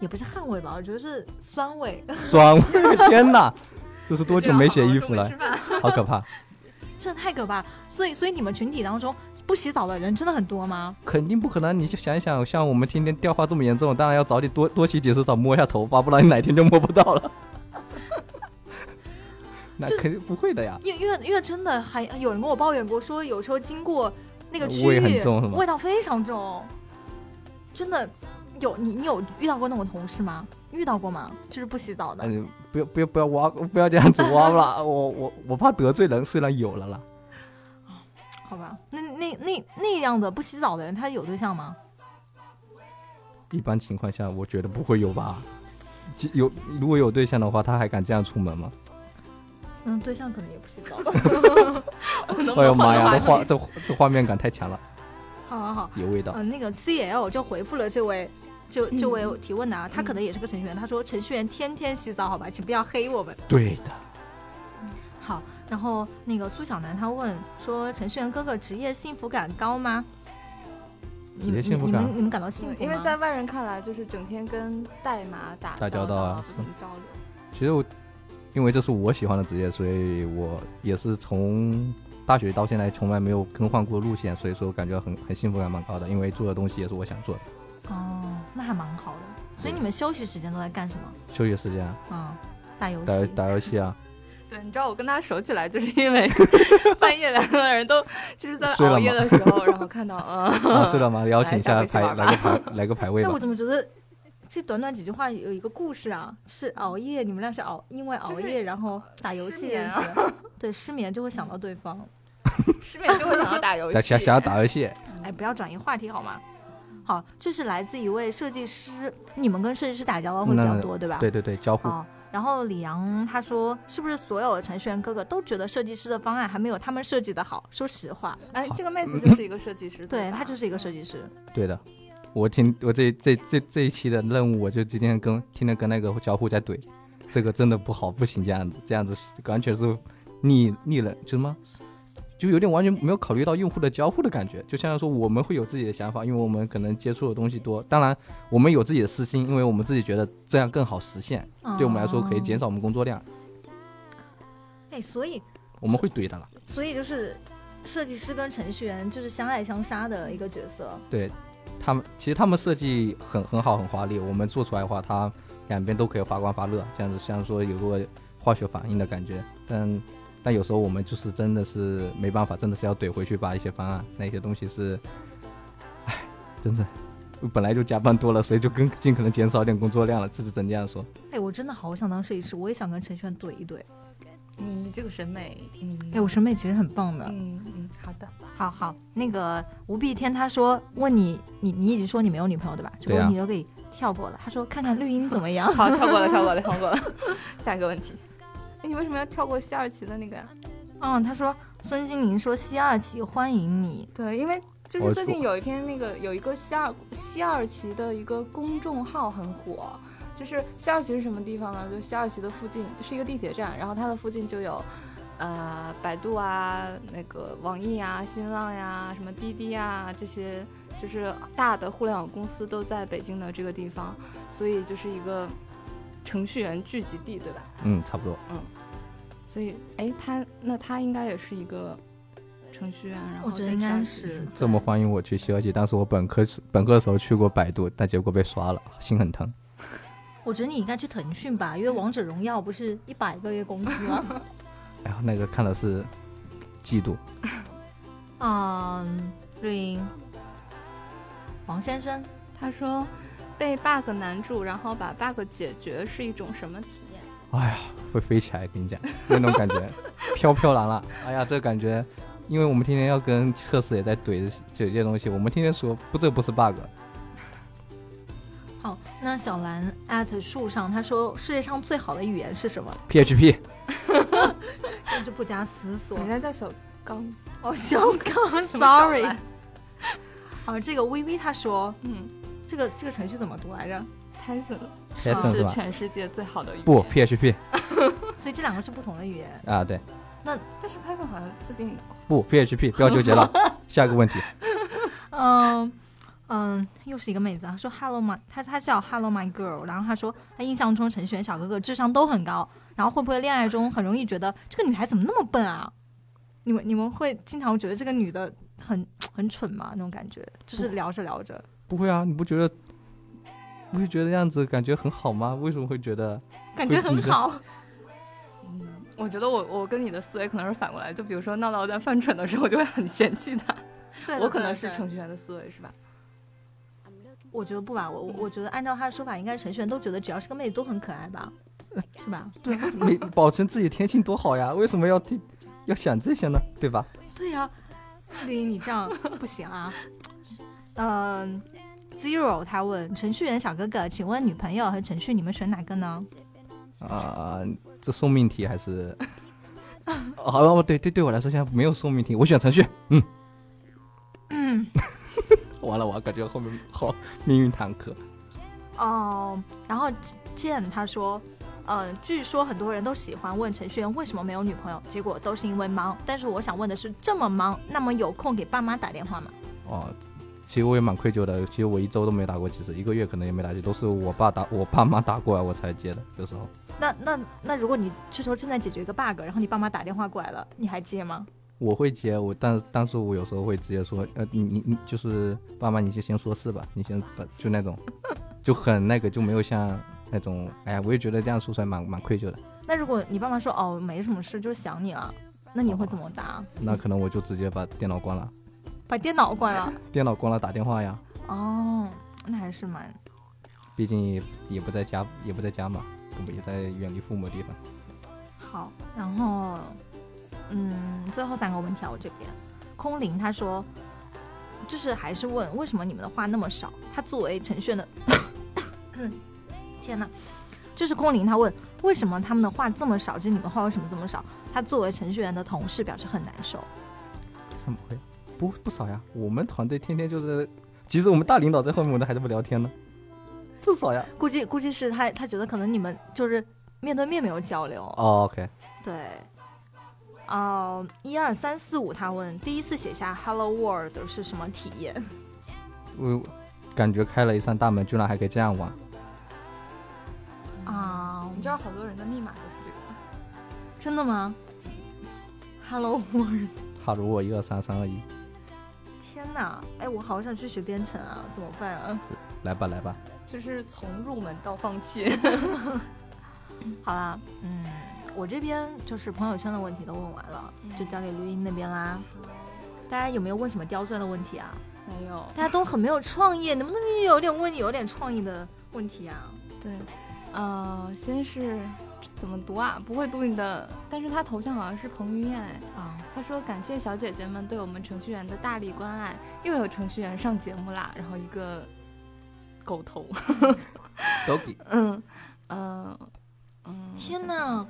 也不是汗味吧，我觉得是酸味，
酸味， 天哪！这是多久没洗衣 服了？好可怕！
这太可怕。所以所以你们群体当中不洗澡的人真的很多吗？
肯定不可能！你就想一想，像我们天天掉发这么严重，当然要早点多多洗几次澡，摸一下头发，不然你哪天就摸不到了。 那
这
肯定不会的呀，
因为因为因为真的还有人跟我抱怨过，说有时候经过那个区
味
域
很重是吗
味道非常重，真的有你你有遇到过那种同事吗？遇到过吗？就是不洗澡的。
嗯，不要不要不要挖，不要这样子挖 了，我我我怕得罪人，虽然有了啦，
好吧，那那那那样的不洗澡的人，他有对象吗？
一般情况下我觉得不会有吧。即有如果有对象的话，他还敢这样出门吗？
嗯，对象可能也不洗 澡。
哎呦妈呀，这画这这画面感太强了，
好好好，
有味道。
嗯，那个 C L 就回复了这位。就
嗯
这位提问的啊，他可能也是个程序员。他说：“程序员天天洗澡，好吧，请不要黑 我们。
对的，”
好，然后那个苏小楠他问说：“程序员哥哥职业幸福感高吗？”
职业幸福感
你们你们你们感到幸福吗？
因为在外人看来，就是整天跟代码打
打交
道
道啊
不怎么交流。
其实我因为这是我喜欢的职业，所以我也是从大学到现在从来没有更换过路线，所以说我感觉很很幸福感蛮高的，因为做的东西也是我想做的。
哦，那还蛮好的。所以你们休息时间都在干什么？
休息时间啊
嗯，打游戏。
打打 游戏啊，
对，你知道我跟他熟起来，就是因为 半夜两个人都就是在
睡了
熬
吗
夜的时候，然后看到 嗯，
啊睡了吗？邀请一下
来下
排
回去玩吧
来个排来个排位
那
吧
我。怎么觉得这短短几句话有一个故事啊？是熬夜，你们俩是熬，因为熬
就
夜
是呃
然后打游
失
戏
眠
认
啊
识， 对，失眠就会想到对方。
失眠就会想要打游
想
戏
想。想要 打游戏，
嗯
哎，不要转移话题好吗？好，这是来自一位设计师，你们跟设计师打交道会比
那
较多，对吧？
对对对，交互
哦，然后李阳他说，是不是所有的程序员哥哥都觉得设计师的方案还没有他们设计的好？说实话，
哎，这个妹子就是一个设计师，
对
吧
他就是一个设计师。
对的。我听我这这这这一期的任务，我就今天跟天天跟那个交互在怼，这个真的不好，不行这样子，这样子是完全是逆逆了，就什么，就有点完全没有考虑到用户的交互的感觉。就像是说我们会有自己的想法，因为我们可能接触的东西多，当然我们有自己的私心，因为我们自己觉得这样更好实现，对我们来说可以减
少。
少我们工作量，
嗯哎，所以
我们会怼的啦。
所以就是设计师跟程序员就是相爱相杀的一个角色。
对他们，其实他们设计很很好，很华丽。我们做出来的话，它两边都可以发光发热，这样子像说有个化学反应的感觉。但但有时候我们就是真的是没办法，真的是要怼回去把一些方案那些东西是，唉，真的本来就加班多了，所以就更尽可能减少点工作量了，这是真这样说。
哎，我真的好想当设计师，我也想跟程序员怼一怼。
你这个审美，嗯，
哎，我审美其实很棒的。
嗯嗯，好的，。
好好，那个吴碧天他说问你，你你已经说你没有女朋友对吧？这个
对啊
问题就可以跳过了。他说看看绿茵怎么样
好，跳过了，跳过了，跳过了， 下一个问题。哎，你为什么要跳过西二旗的那个呀？
嗯，他说孙兴宁说西二旗欢迎你。
对，因为就
我
是最近有一篇那个有一个西二西二旗的一个公众号很火，就是西二旗是什么地方呢？就西二旗的附近是一个地铁站，然后它的附近就有。呃，百度啊，那个网易啊，新浪呀、什么滴滴啊，这些就是大的互联网公司都在北京的这个地方，所以就是一个程序员聚集地，对吧？
嗯，差不多。
所以，哎，他那他应该也是一个程序员，然后
我觉得
在
应
校
该
里
是
吗
这么欢迎我去西游记，当时我本科本科的时候去过百度，但结果被刷了，心很疼。
我觉得你应该去腾讯吧，因为王者荣耀不是一百个月工资 吗？
哎呀，那个看的是嫉妒。
嗯，瑞英，王先生，
他说被 bug 难住，然后把 bug 解决是一种什么体验？
哎呀，会飞起来，跟你讲，那种感觉，飘飘然了。哎呀，这感觉，因为我们天天要跟测试也在怼这些东西，我们天天说不，这不是 bug，
好，哦那小兰 at 树上，他说世界上最好的语言是什么？
PHP，
真是不加思索。
人家叫小刚，
哦，小刚
嗯什么小
，sorry
兰。
啊，这个微微他说
嗯
这个这个程序怎么读来着？
，Python
是 Python 是
是
吧
全世界最好的语言。
不 PHP
所以这两个是不同的语言。
啊，对，
但是 Python 好像最近
不 PHP，不要纠结了。下一个问题，
嗯嗯，又是一个妹子，她说 Hello my，她她叫 Hello my girl，然后她说她印象中程序员小哥哥智商都很高，然后会不会恋爱中很容易觉得这个女孩怎么那么笨啊？你们你们会经常觉得这个女的很很蠢吗？那种感觉，就是聊着聊着，
不会啊，你不觉得，不会觉得这样子感觉很好吗？为什么会觉得？
感觉很好。
我觉得我我跟你的思维可能是反过来，就比如说闹闹在犯蠢的时候，我就会很嫌弃他。
对
我可能是
对对
程序员的思维是吧？
我觉得不吧，我我我觉得按照她的说法，应该程序员都觉得只要是个妹子都很可爱吧，是吧？
对啊，没保存自己的天性多好呀，为什么要听要想这些呢？对吧？
对呀、丽颖，你这 样不行啊。嗯、z e r o 他问程序员小哥哥，请问女朋友和程序你们选哪个呢？
啊、这送命题还是？ 哦好、哦，对对，对我来说现在没有送命题，我选程序。嗯，
嗯，
完了，我感觉后面好命运坎坷。
哦，然后 Jane 他说，呃，据说很多人都喜欢问程序员为什么没有女朋友，结果都是因为忙。但是我想问的是，这么忙，那么有空给爸妈打电话吗？
哦，其实我也蛮愧疚的，其实我一周都没打过几次，一个月可能也没打几次，都是我爸打我爸妈打过来我才接的。有时候
那那那，如果你这时候正在解决一个 bug，然后你爸妈打电话过来了，你还接吗？
我会接，我但但是我有时候会直接说，呃，你你你就是爸妈，你就先说是吧，你先把就那种，就很那个，就没有像那种，哎呀，我也觉得这样说出来蛮蛮愧疚的。
那如果你爸妈说哦没什么事，就是想你了，那你会怎么答？
那可能我就直接把电脑关了，
把电脑关了。
电脑关了打电话呀，
哦，那还是蛮……
毕竟也也不在家，也不在家嘛，我们也在远离父母的地方。
好，然后，嗯，最后三个问题啊，我这边，空灵他说，就是还是问为什么你们的话那么少？他作为程序员的， 天哪，就是空灵他问为什么他们的话这么少，就是你们话为什么这么少？他作为程序员的同事表示很难受。
怎么会？不不少呀，我们团队天天就是，即使我们大领导在后面，我们都还这么聊天呢，不少呀。
估计估计是他他觉得可能你们就是面对面没有交流。
哦，OK，
对，哦、一二三四五，他问第一次写下 “Hello World” 是什么体验？
我感觉开了一扇大门，居然还可以这样玩。
啊、
你知道好多人的密码都是这个吗？
真的吗？Hello World，
哈鲁我一二三三二一，
天哪！哎，我好想去学编程啊，怎么办啊？
来吧来吧，
就是从入门到放弃。
好啦，嗯，我这边就是朋友圈的问题都问完了，就交给录音那边啦。大家有没有问什么刁钻的问题啊？
没有，
大家都很没有创意，能不能有点问有点创意的问题啊？
对，呃，先是这怎么读啊？不会读你的，但是他头像好像是彭于晏哎。
啊、
他说感谢小姐姐们对我们程序员的大力关爱，又有程序员上节目啦。然后一个狗头，
都比
嗯，呃，嗯，
天哪！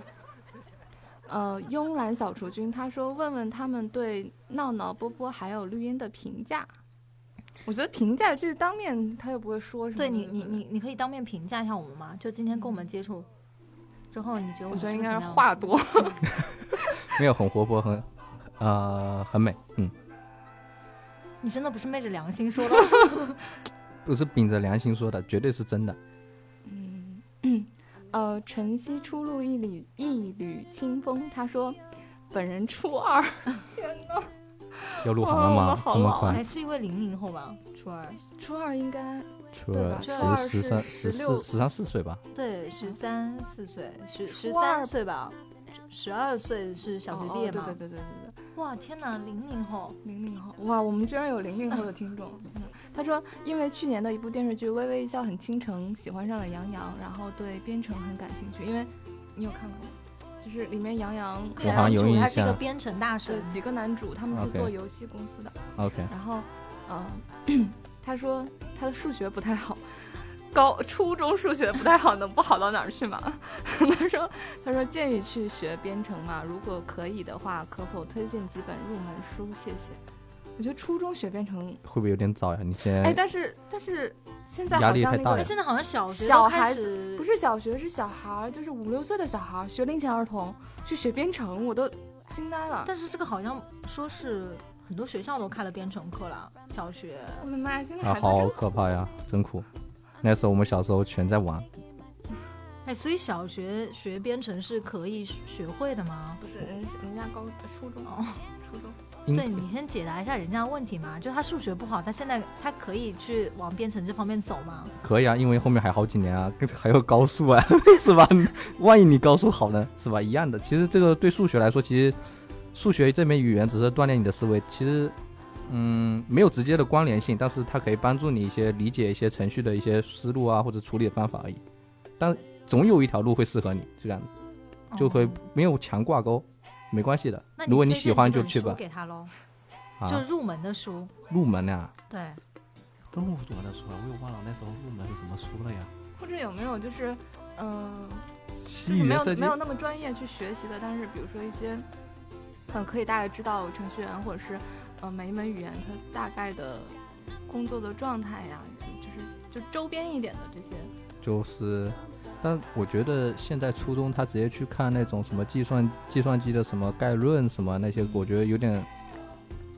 呃，慵懒小雏君他说：“问问他们对闹闹、波波还有绿茵的评价。”我觉得评价这个当面他又不会说什么。
对你，你，你，你可以当面评价一下我们吗？就今天跟我们接触之后，你觉得我
我
们
觉得
是
应
不
该
是什
是
么样
话多。
没有很活泼，很呃很美，嗯，
你真的不是昧着良心说的吗？
不是秉着良心说的，绝对是真的。
嗯，呃，晨曦初露一缕一缕清风。他说，本人初二，
要入行了
哦哇我
吗？
好
这么
老
快
还？是因为零零后吧，初二，
初二应该
初
对
二
吧
十
初二
十
是
三十
16
四十三四岁吧？
对，十三四岁，十十
初二
三岁吧，十二岁是小学
哦
毕业
哦对
嘛？
对对对对对，
哇，天哪，零零后，
零零后，哇，我们居然有零零后的听众。天哪他说，因为去年的一部电视剧《微微一笑很倾城》，喜欢上了杨洋然后对编程很感兴趣。因为你有看过吗？就是里面杨洋
我好像有
主
印
啊他是一个
象
编程大神
是，几个男主，他们是
OK
做游戏公司的。
OK，
然后，嗯、他说他的数学不太好，高初中数学不太好，能不好到哪儿去吗？ 他说他说建议去学编程嘛，如果可以的话，可否推荐几本入门书？谢谢。我觉得初中学编程，
会不会有点早呀？你现
哎，
在
但是但是现在
压
好
力
像
太
那
大
个
哎，
呀
现在好像小学
小
都开
孩
始
不是小学是小孩儿，就是五六岁的小孩儿，学龄前儿童去学编程，我都惊呆了。
但是这个好像说是很多学校都开了编程课了，小学。
我的妈呀，现在
啊，
孩子
好
真
可怕呀，真苦。那时候我们小时候全在玩，
哎，所以小学学编程是可以学会的吗？
不是人人家高初中
哦，
初中。
应
对你先解答一下人家的问题嘛，就他数学不好，他现在他可以去往编程这方面走吗？
可以啊，因为后面还好几年啊，跟还有高数啊， 是吧？万一你高数好呢，是吧？一样的。其实这个对数学来说，其实数学这门语言只是锻炼你的思维，其实嗯没有直接的关联性，但是它可以帮助你一些理解一些程序的一些思路啊，或者处理的方法而已。但总有一条路会适合你，这样的就会
哦
没有强挂钩，没关系的
那。
如果你
推
喜
荐
欢
几
就
本
去
书
吧。
给他喽，
啊，
就入门的书。
入门啊，
对，
都入门的书了，我也忘了那时候入门是什么书了呀。
或者有没有就是，嗯、就
西
是
语
没
言
有
设计
没有那么专业去学习的，但是比如说一些，嗯，可以大概知道程序员或者是，呃，每一门语言它大概的工作的状态呀，就是就周边一点的这些，
就是，但我觉得现在初中他直接去看那种什么计算计算机的什么概论什么那些，我觉得有点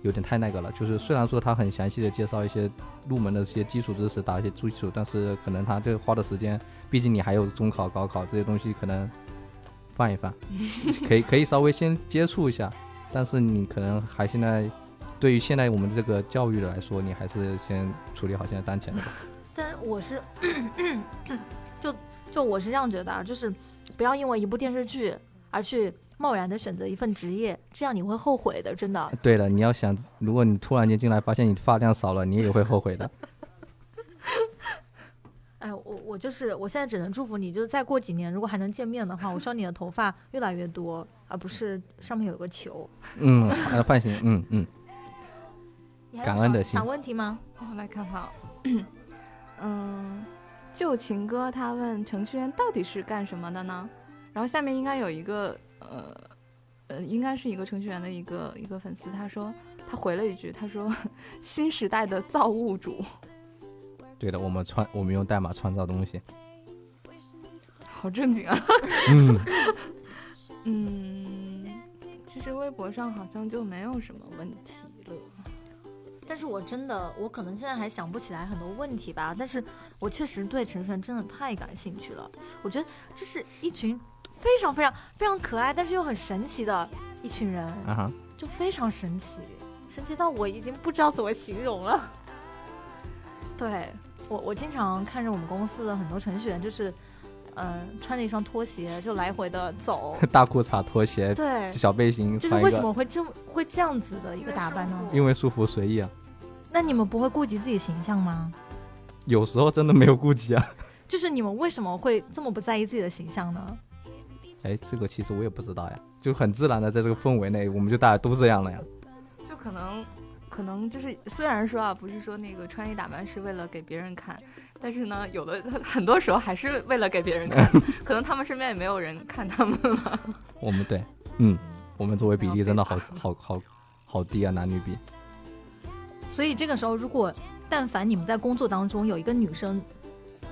有点太那个了。就是虽然说他很详细的介绍一些入门的一些基础知识，打一些基础，但是可能他这花的时间，毕竟你还有中考、高考这些东西，可能放一放，可以可以稍微先接触一下，但是你可能还现在。对于现在我们这个教育来说，你还是先处理好现在当前的吧。
但是我是 就就我是这样觉得，啊，就是不要因为一部电视剧而去贸然的选择一份职业，这样你会后悔的，真的。
对了，你要想，如果你突然间进来发现你发量少了，你也会后悔的。
哎，我我就是我现在只能祝福你，就是再过几年，如果还能见面的话，我希望你的头发越来越多，而不是上面有个球。
嗯，呃，放心，嗯嗯，
你还有
感恩
啥
的心
啥问题吗？
我来看看啊， 嗯，旧情歌他问程序员到底是干什么的呢？然后下面应该有一个呃呃，应该是一个程序员的一个一个粉丝，他说他回了一句，他说 新时代的造物主，
对的，我们创，我们用代码创造东西。
好正经啊。
嗯，
嗯，其实微博上好像就没有什么问题了。
但是我真的，我可能现在还想不起来很多问题吧，但是我确实对程序员真的太感兴趣了。我觉得这是一群非常非常非常可爱，但是又很神奇的一群人，
啊哈，
就非常神奇，神奇到我已经不知道怎么形容了。对我，我经常看着我们公司的很多程序员，就是，嗯、穿着一双拖鞋就来回的 走，
大裤衩、拖鞋、
对，
小背心，
就是
穿一
为什
个，
么会这么会这样子的一个打扮呢？
因为舒服随意啊。
那你们不会顾及自己形象吗？
有时候真的没有顾忌啊。
就是你们为什么会这么不在意自己的形象呢？
哎，这个其实我也不知道呀，就很自然的在这个氛围内，我们就大家都这样了呀。
就可能，可能就是虽然说啊，不是说那个穿衣打扮是为了给别人看，但是呢，有的 很多时候还是为了给别人 看，可能他们身边也没有人看他们 吧。
我们对，嗯，我们作为比
然后
例
被
真的
打
好好好好低啊，男女比。
所以这个时候，如果但凡你们在工作当中有一个女生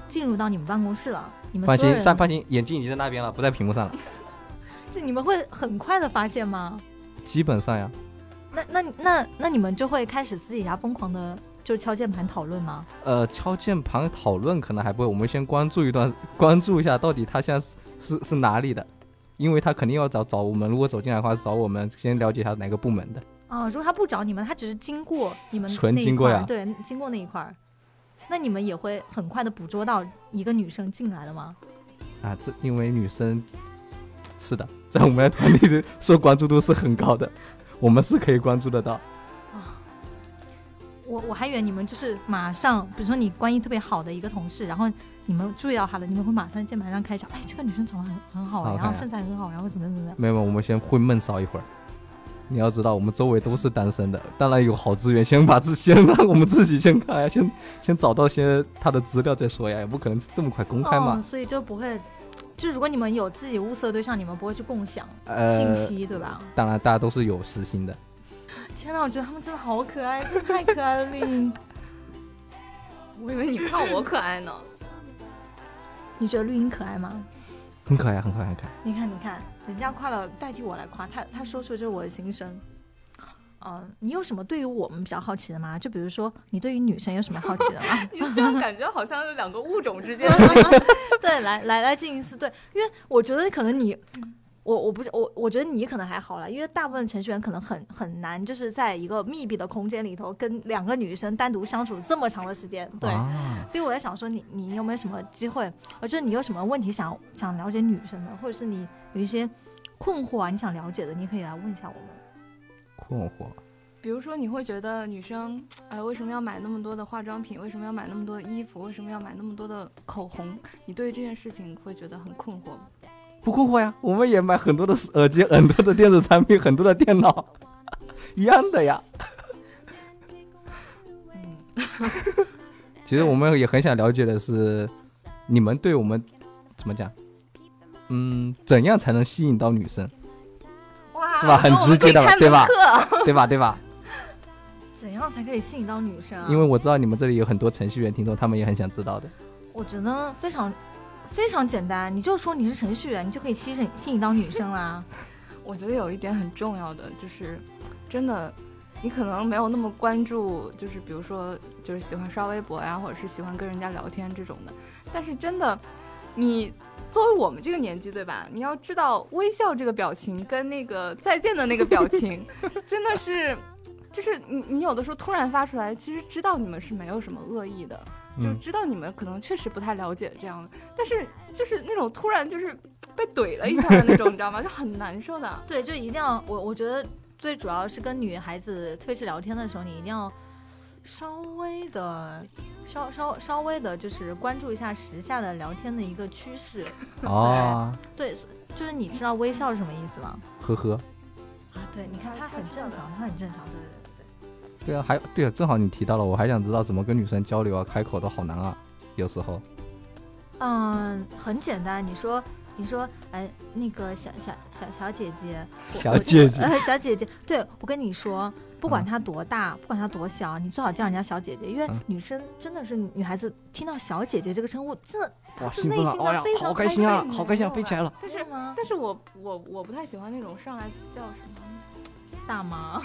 进入到你们办公室了，你们
放
所有
心，上
人，
放心，眼镜已经在那边了，不在屏幕上了，
这你们会很快的发现吗？
基本上呀。
那那那那你们就会开始私底下疯狂的，就是敲键盘讨论吗？
呃，敲键盘讨论可能还不会，我们先关注一段， 关注一下到底他现在是是是哪里的，因为他肯定要找找我们，如果走进来的话，找我们先了解一下哪个部门的。
啊，如果他不找你们，他只是经过你们
纯
那一
经过
块儿
呀
对，经过那一块儿，那你们也会很快的捕捉到一个女生进来的吗？
啊，这因为女生， 是的，在我们的团队的受关注度是很高的， 我们是可以关注得到。
我我还以为你们就是马上，比如说你关系特别好的一个同事，然后你们注意到她了，你们会马上键盘上开一下，哎，这个女生长得很很好，啊
好
然后
看呀
身材很好，然后怎么怎么怎么样。
没有，我们先会闷骚一会儿。你要知道，我们周围都是单身的，当然有好资源，先把自先让我们自己先看呀，先先找到些他的资料再说呀，也不可能这么快公开嘛
哦。，所以就不会，就如果你们有自己物色的对象，你们不会去共享哦信
呃，
息，对吧？
当然大家都是有私心的。
天哪，我觉得他们真的好可爱，真的太可爱了，令。
我以为你看我可爱呢。
你觉得绿茵可爱吗？
很可爱，很可爱，很可爱。
你看，你看，人家夸了，代替我来夸他，他说出就是我的心声。嗯、你有什么对于我们比较好奇的吗？就比如说，你对于女生有什么好奇的吗？
你这样感觉好像是两个物种之间。
对，来来来进行一次对，因为我觉得可能你，我我不是我，我觉得你可能还好啦，因为大部分程序员可能很很难，就是在一个密闭的空间里头跟两个女生单独相处这么长的时间，对。
啊、
所以我在想说你，你有没有什么机会，或者你有什么问题想想了解女生的，或者是你有一些困惑啊，你想了解的，你可以来问一下我们。
困惑。
比如说，你会觉得女生，哎，为什么要买那么多的化妆品？为什么要买那么多的衣服？为什么要买那么多的口红？你对于这件事情会觉得很困惑吗？
不困惑呀，我们也买很多的耳机、很多的电子产品、很多的电脑， 一样的呀。
嗯，
其实我们也很想了解的是，你们对我们怎么讲？嗯，怎样才能吸引到女生，
哇
是吧？很直接的吧，对吧？对吧？对吧？
怎样才可以吸引到女生、啊？
因为我知道你们这里有很多程序员听众，他们也很想知道的。
我觉得非常非常简单，你就说你是程序员，你就可以吸引吸引到女生啦。
我觉得有一点很重要的就是，真的，你可能没有那么关注，就是比如说，就是喜欢刷微博呀，或者是喜欢跟人家聊天这种的。但是真的，你作为我们这个年纪，对吧？你要知道微笑这个表情跟那个再见的那个表情，真的是，就是你你有的时候突然发出来，其实知道你们是没有什么恶意的，就
嗯，
知道你们可能确实不太了解这样的，但是就是那种突然就是被怼了一下的那种，你知道吗？就很难受的。
对，就一定要我我觉得最主要是跟女孩子，特别是聊天的时候，你一定要稍微的。稍稍稍微的，就是关注一下时下的聊天的一个趋势。
哦，
对，就是你知道微笑是什么意思吗？
呵呵，
啊，对，你看他很正常，他很正常，对对对。
对啊，还有对啊，正好你提到了，我还想知道怎么跟女生交流啊，开口都好难啊，有时候。
嗯，很简单，你说。你说，哎，那个小小小小姐姐，我
小
我
姐姐
呃，小姐姐，对我跟你说，不管她多大，不管她多小，你最好叫人家小姐姐，因为
嗯
女生真的是女孩子，听到小姐姐这个称呼，真 的
哇，
是
兴奋
内
了！
心
哎
的
呀
非，
好
常
开
开
心啊，
心
好开心啊，飞起来了！
但是
是吗？
但是我我我不太喜欢那种上来就叫什么，
大妈，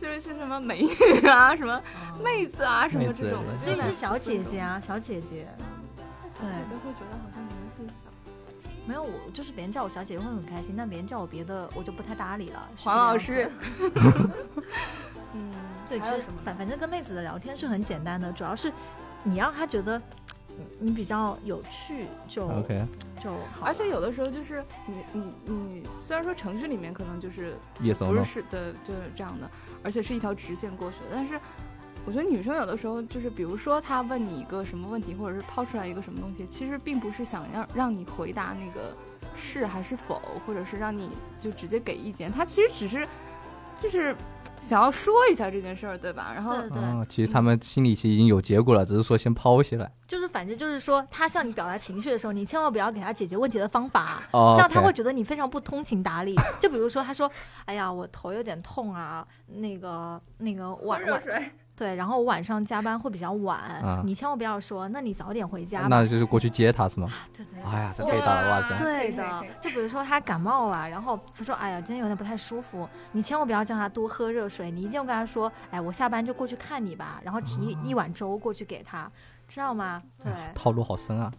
就是是什么美女啊、什么妹子啊、什么
妹子
这种的，
哦所以
就是
小姐姐啊，小姐姐，
小姐姐会觉得好像年纪小。
没有我就是别人叫我小姐姐会很开心，但别人叫我别的，我就不太搭理了。是
黄
这
老
样子
师， 嗯，
对，
还
其
有
实
什么呢
反反正跟妹子的聊天是很简单的，主要是你让她觉得你比较有趣就
OK，
就好了。
而且有的时候就是你你你，虽然说程序里面可能就是
夜手
不
呢
是？是的，就是这样的，而且是一条直线过去的。但是我觉得女生有的时候就是，比如说她问你一个什么问题，或者是抛出来一个什么东西，其实并不是想让让你回答那个是还是否，或者是让你就直接给意见，她其实只是就是想要说一下这件事儿，对吧？然后
对对对，
嗯，其实他们心里其实已经有结果了，只是说先抛 起来。
就是反正就是说，她向你表达情绪的时候，你千万不要给她解决问题的方法。
哦，
这样她
OK
会觉得你非常不通情达理。就比如说，她说：“哎呀，我头有点痛啊，那个那个晚晚
水，
对，然后我晚上加班会比较晚，
啊
你千万不要说，那你早点回家吧。
那就是过去接他是吗？
对对
哎呀，这被打了，哇塞！
对啊
可
的
以可以可，
就比如说他感冒了，然后他说：“哎呀，今天有点不太舒服。”你千万不要叫他多喝热水，你一定要跟他说：“哎，我下班就过去看你吧。”然后提一一碗粥过去给他，知道吗？ 对，
套路好深啊！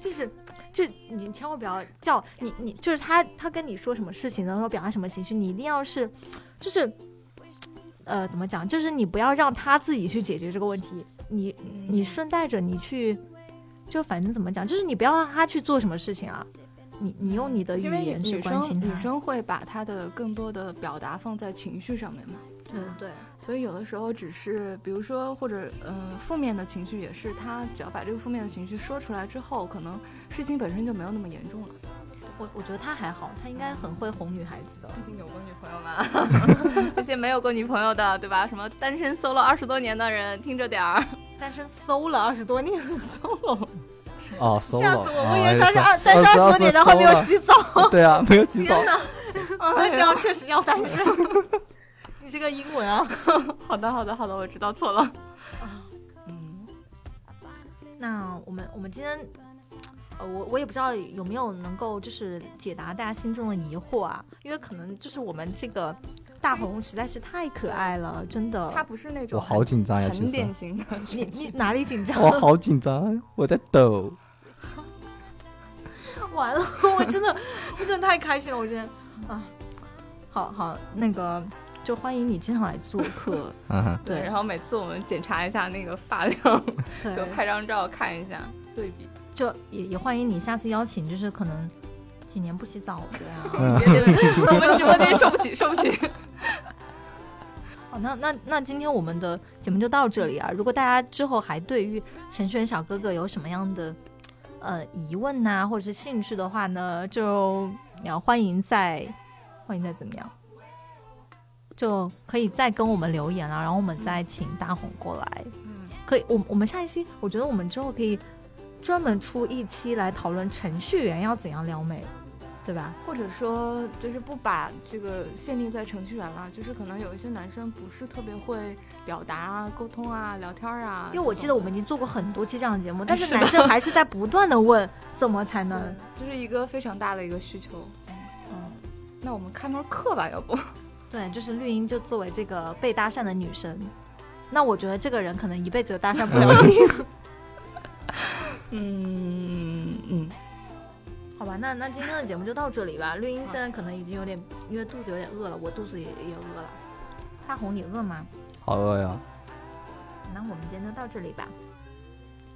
就是这，你千万不要叫你你就是他他跟你说什么事情的时候表达什么情绪，你一定要是就是呃怎么讲，就是你不要让他自己去解决这个问题，你
嗯
你顺带着你去，就反正怎么讲，就是你不要让他去做什么事情啊，你你用你的语
因为
言去
女
关
生
心他，
女生会把她的更多的表达放在情绪上面嘛，
对对
所以有的时候只是，比如说或者嗯、呃负面的情绪也是，她只要把这个负面的情绪说出来之后，可能事情本身就没有那么严重了。
对，我我觉得他还好，他应该很会哄女孩子的。
毕竟有过女朋友嘛， 那些没有过女朋友的，对吧？什么单身 solo 二十多年的人，听着点儿。
单身搜了二十多年，
哦，solo，哎
吓死我！
啊
我以为他是二
三
单身
十
二十多
岁
年，然后没有
solo
起早。
对啊，没有起早。
那这样确实要单 身。你这个英文啊。
好的，好的，好的，我知道错了。嗯，
那我们我们今天，呃，我我也不知道有没有能够就是解答大家心中的疑惑啊，因为可能就是我们这个大红实在是太可爱了，真的。
她不是那
我
种
好紧张呀，
很
其实
典型的，
你你哪里紧张？
我好紧张， 我在抖。
完了， 我真的我真的太开心了，我 真的啊，好好那个就欢迎你经常来做客，
嗯哼，
对
然后每次我们检查一下那个发量，就
对，
拍张照看一下对比。
就也也欢迎你下次邀请，就是可能几年不洗澡的呀、
嗯
别别 别，我们直播间受不起，受不起。
好，那那那今天我们的节目就到这里啊。如果大家之后还对于程序员小哥哥有什么样的呃疑问呐、或者是兴趣的话呢，就要欢迎再欢迎再怎么样，就可以再跟我们留言了、啊然后我们再请大红过来。
嗯，
可以，我我们下一期，我觉得我们之后可以专门出一期来讨论程序员要怎样撩妹，对吧？
或者说就是不把这个限定在程序员了，就是可能有一些男生不是特别会表达啊、沟通啊、聊天啊。
因为我记得我们已经做过很多期这样的节目，但是
是吧
男生还是在不断的问怎么才能。
呢，这是一个非常大的一个需求。
嗯，
那我们开门课吧，要不？
对，就是绿茵就作为这个被搭讪的女生，那我觉得这个人可能一辈子都搭讪不了你，
嗯嗯，
好吧？那那今天的节目就到这里吧。绿茵现在可能已经有点，因为肚子有点饿了，我肚子也也饿了。大红，你饿吗？
好 饿呀！
那我们今天就到这里吧。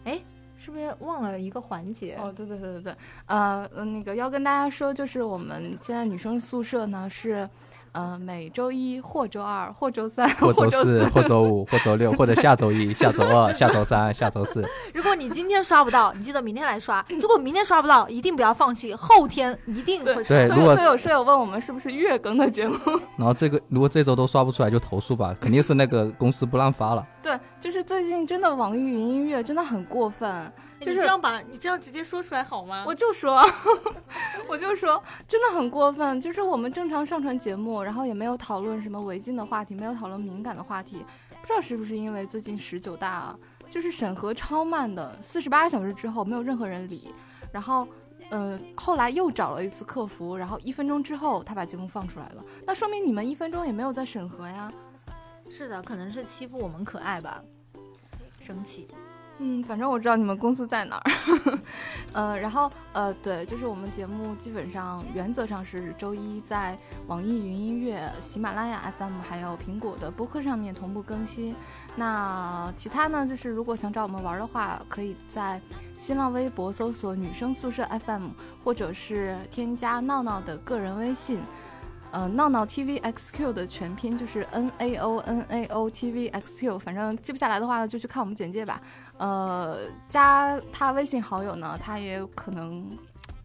哎，是不是忘了一个环节？
哦，对对对对对，呃，呃那个要跟大家说，就是我们现在女生宿舍呢是，呃，每周一或周二或周三
或周
周
四，
四，
或周五，或周六，或者下周一、下周二、下周三、下周四。
如果你今天刷不到，你记得明天来 刷。如果明天刷不到，一定不要放弃，后天一定会刷。哎
会
对，哎如果
有会有舍友问我们是不是月更的节目？
然后这个如果这周都刷不出来就投诉吧，肯定是那个公司不让发了。
对，就是最近真的网易云音乐真的很过分，就是
你这样把你这样直接说出来好吗？
我就说， 我就说，真的很过分。就是我们正常上传节目，然后也没有讨论什么违禁的话题，没有讨论敏感的话题，不知道是不是因为最近十九大啊，就是审核超慢的，四十八个小时之后没有任何人理，然后。嗯，后来又找了一次客服，然后一分钟之后他把节目放出来了，那说明你们一分钟也没有在审核呀。
是的，可能是欺负我们可爱吧，生气。
嗯，反正我知道你们公司在哪儿。 呃，然后呃，对，就是我们节目基本上原则上是周一在网易云音乐、喜马拉雅 FM 还有苹果的播客上面同步更新。那其他呢，就是如果想找我们玩儿的话，可以在新浪微博搜索“女生宿舍 FM”，或者是添加闹闹的个人微信。呃，闹闹 T V X Q 的全拼就是 N A O N A O T V X Q，反正记不下来的话呢，就去看我们简介吧。呃，加他微信好友呢，他也可能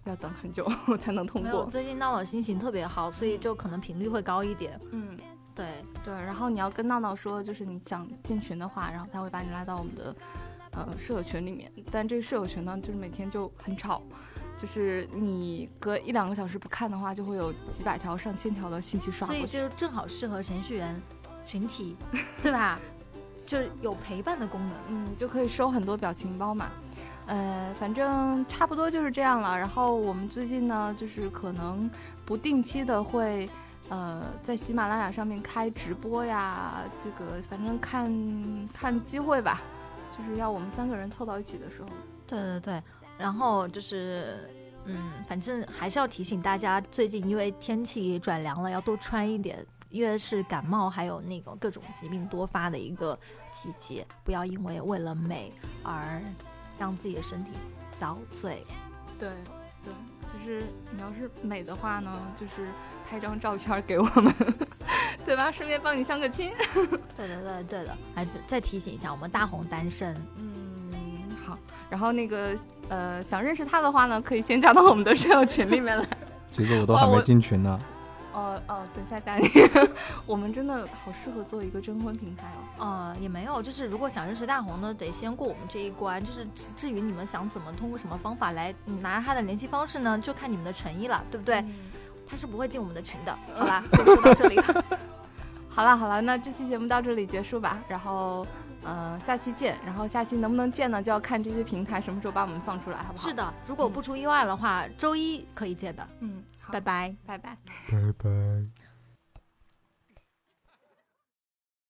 要等很久 才能通
没有，
过。
最近闹闹心情特别好，所以就可能频率会高一点。
嗯，
对，
对。然后你要跟闹闹说，就是你想进群的话，然后他会把你拉到我们的呃舍友群里面。但这个舍友群呢，就是每天就很吵，就是你隔一两个小时不看的话，就会有几百条、上千条的信息刷
所以
过去。
就正好适合程序员群体，对吧？ 就是有陪伴的功能。
嗯，就可以收很多表情包嘛。呃，反正差不多就是这样了。然后我们最近呢，就是可能不定期的会，呃，在喜马拉雅上面开直播呀，这个反正看看机会吧，就是要我们三个人凑到一起的时候。
对对对，然后就是，嗯，反正还是要提醒大家，最近因为天气转凉了，要多穿一点，因为是感冒还有那个各种疾病多发的一个季节，不要因为为了美而让自己的身体遭罪。
对，对，就是你要是美的话呢，就是拍张照片给我们， 对吧？顺便帮你相个亲。
对的对的对的，还再提醒一下，我们大红单身，
嗯，好。然后那个呃，想认识他的话呢，可以先加到我们的舍友群 里面来。
其实我都还没进群呢。
哦哦，等一下 加你。我们真的好适合做一个征婚平台哦。
呃，也没有，就是如果想认识大红呢，得先过我们这一关。就是至至于你们想怎么通过什么方法来拿他的联系方式呢，就看你们的诚意了，对不对？
嗯
他是不会进我们的群的，好吧？我说到这里，
好了好了，那这期节目到这里结束吧。然后，呃，下期见。然后下期能不能见呢，就要看这些平台什么时候把我们放出来，好不 好？
是，的，如嗯果不出意外的话，周一可以见的，
嗯，好，
拜拜。
拜拜。
拜拜。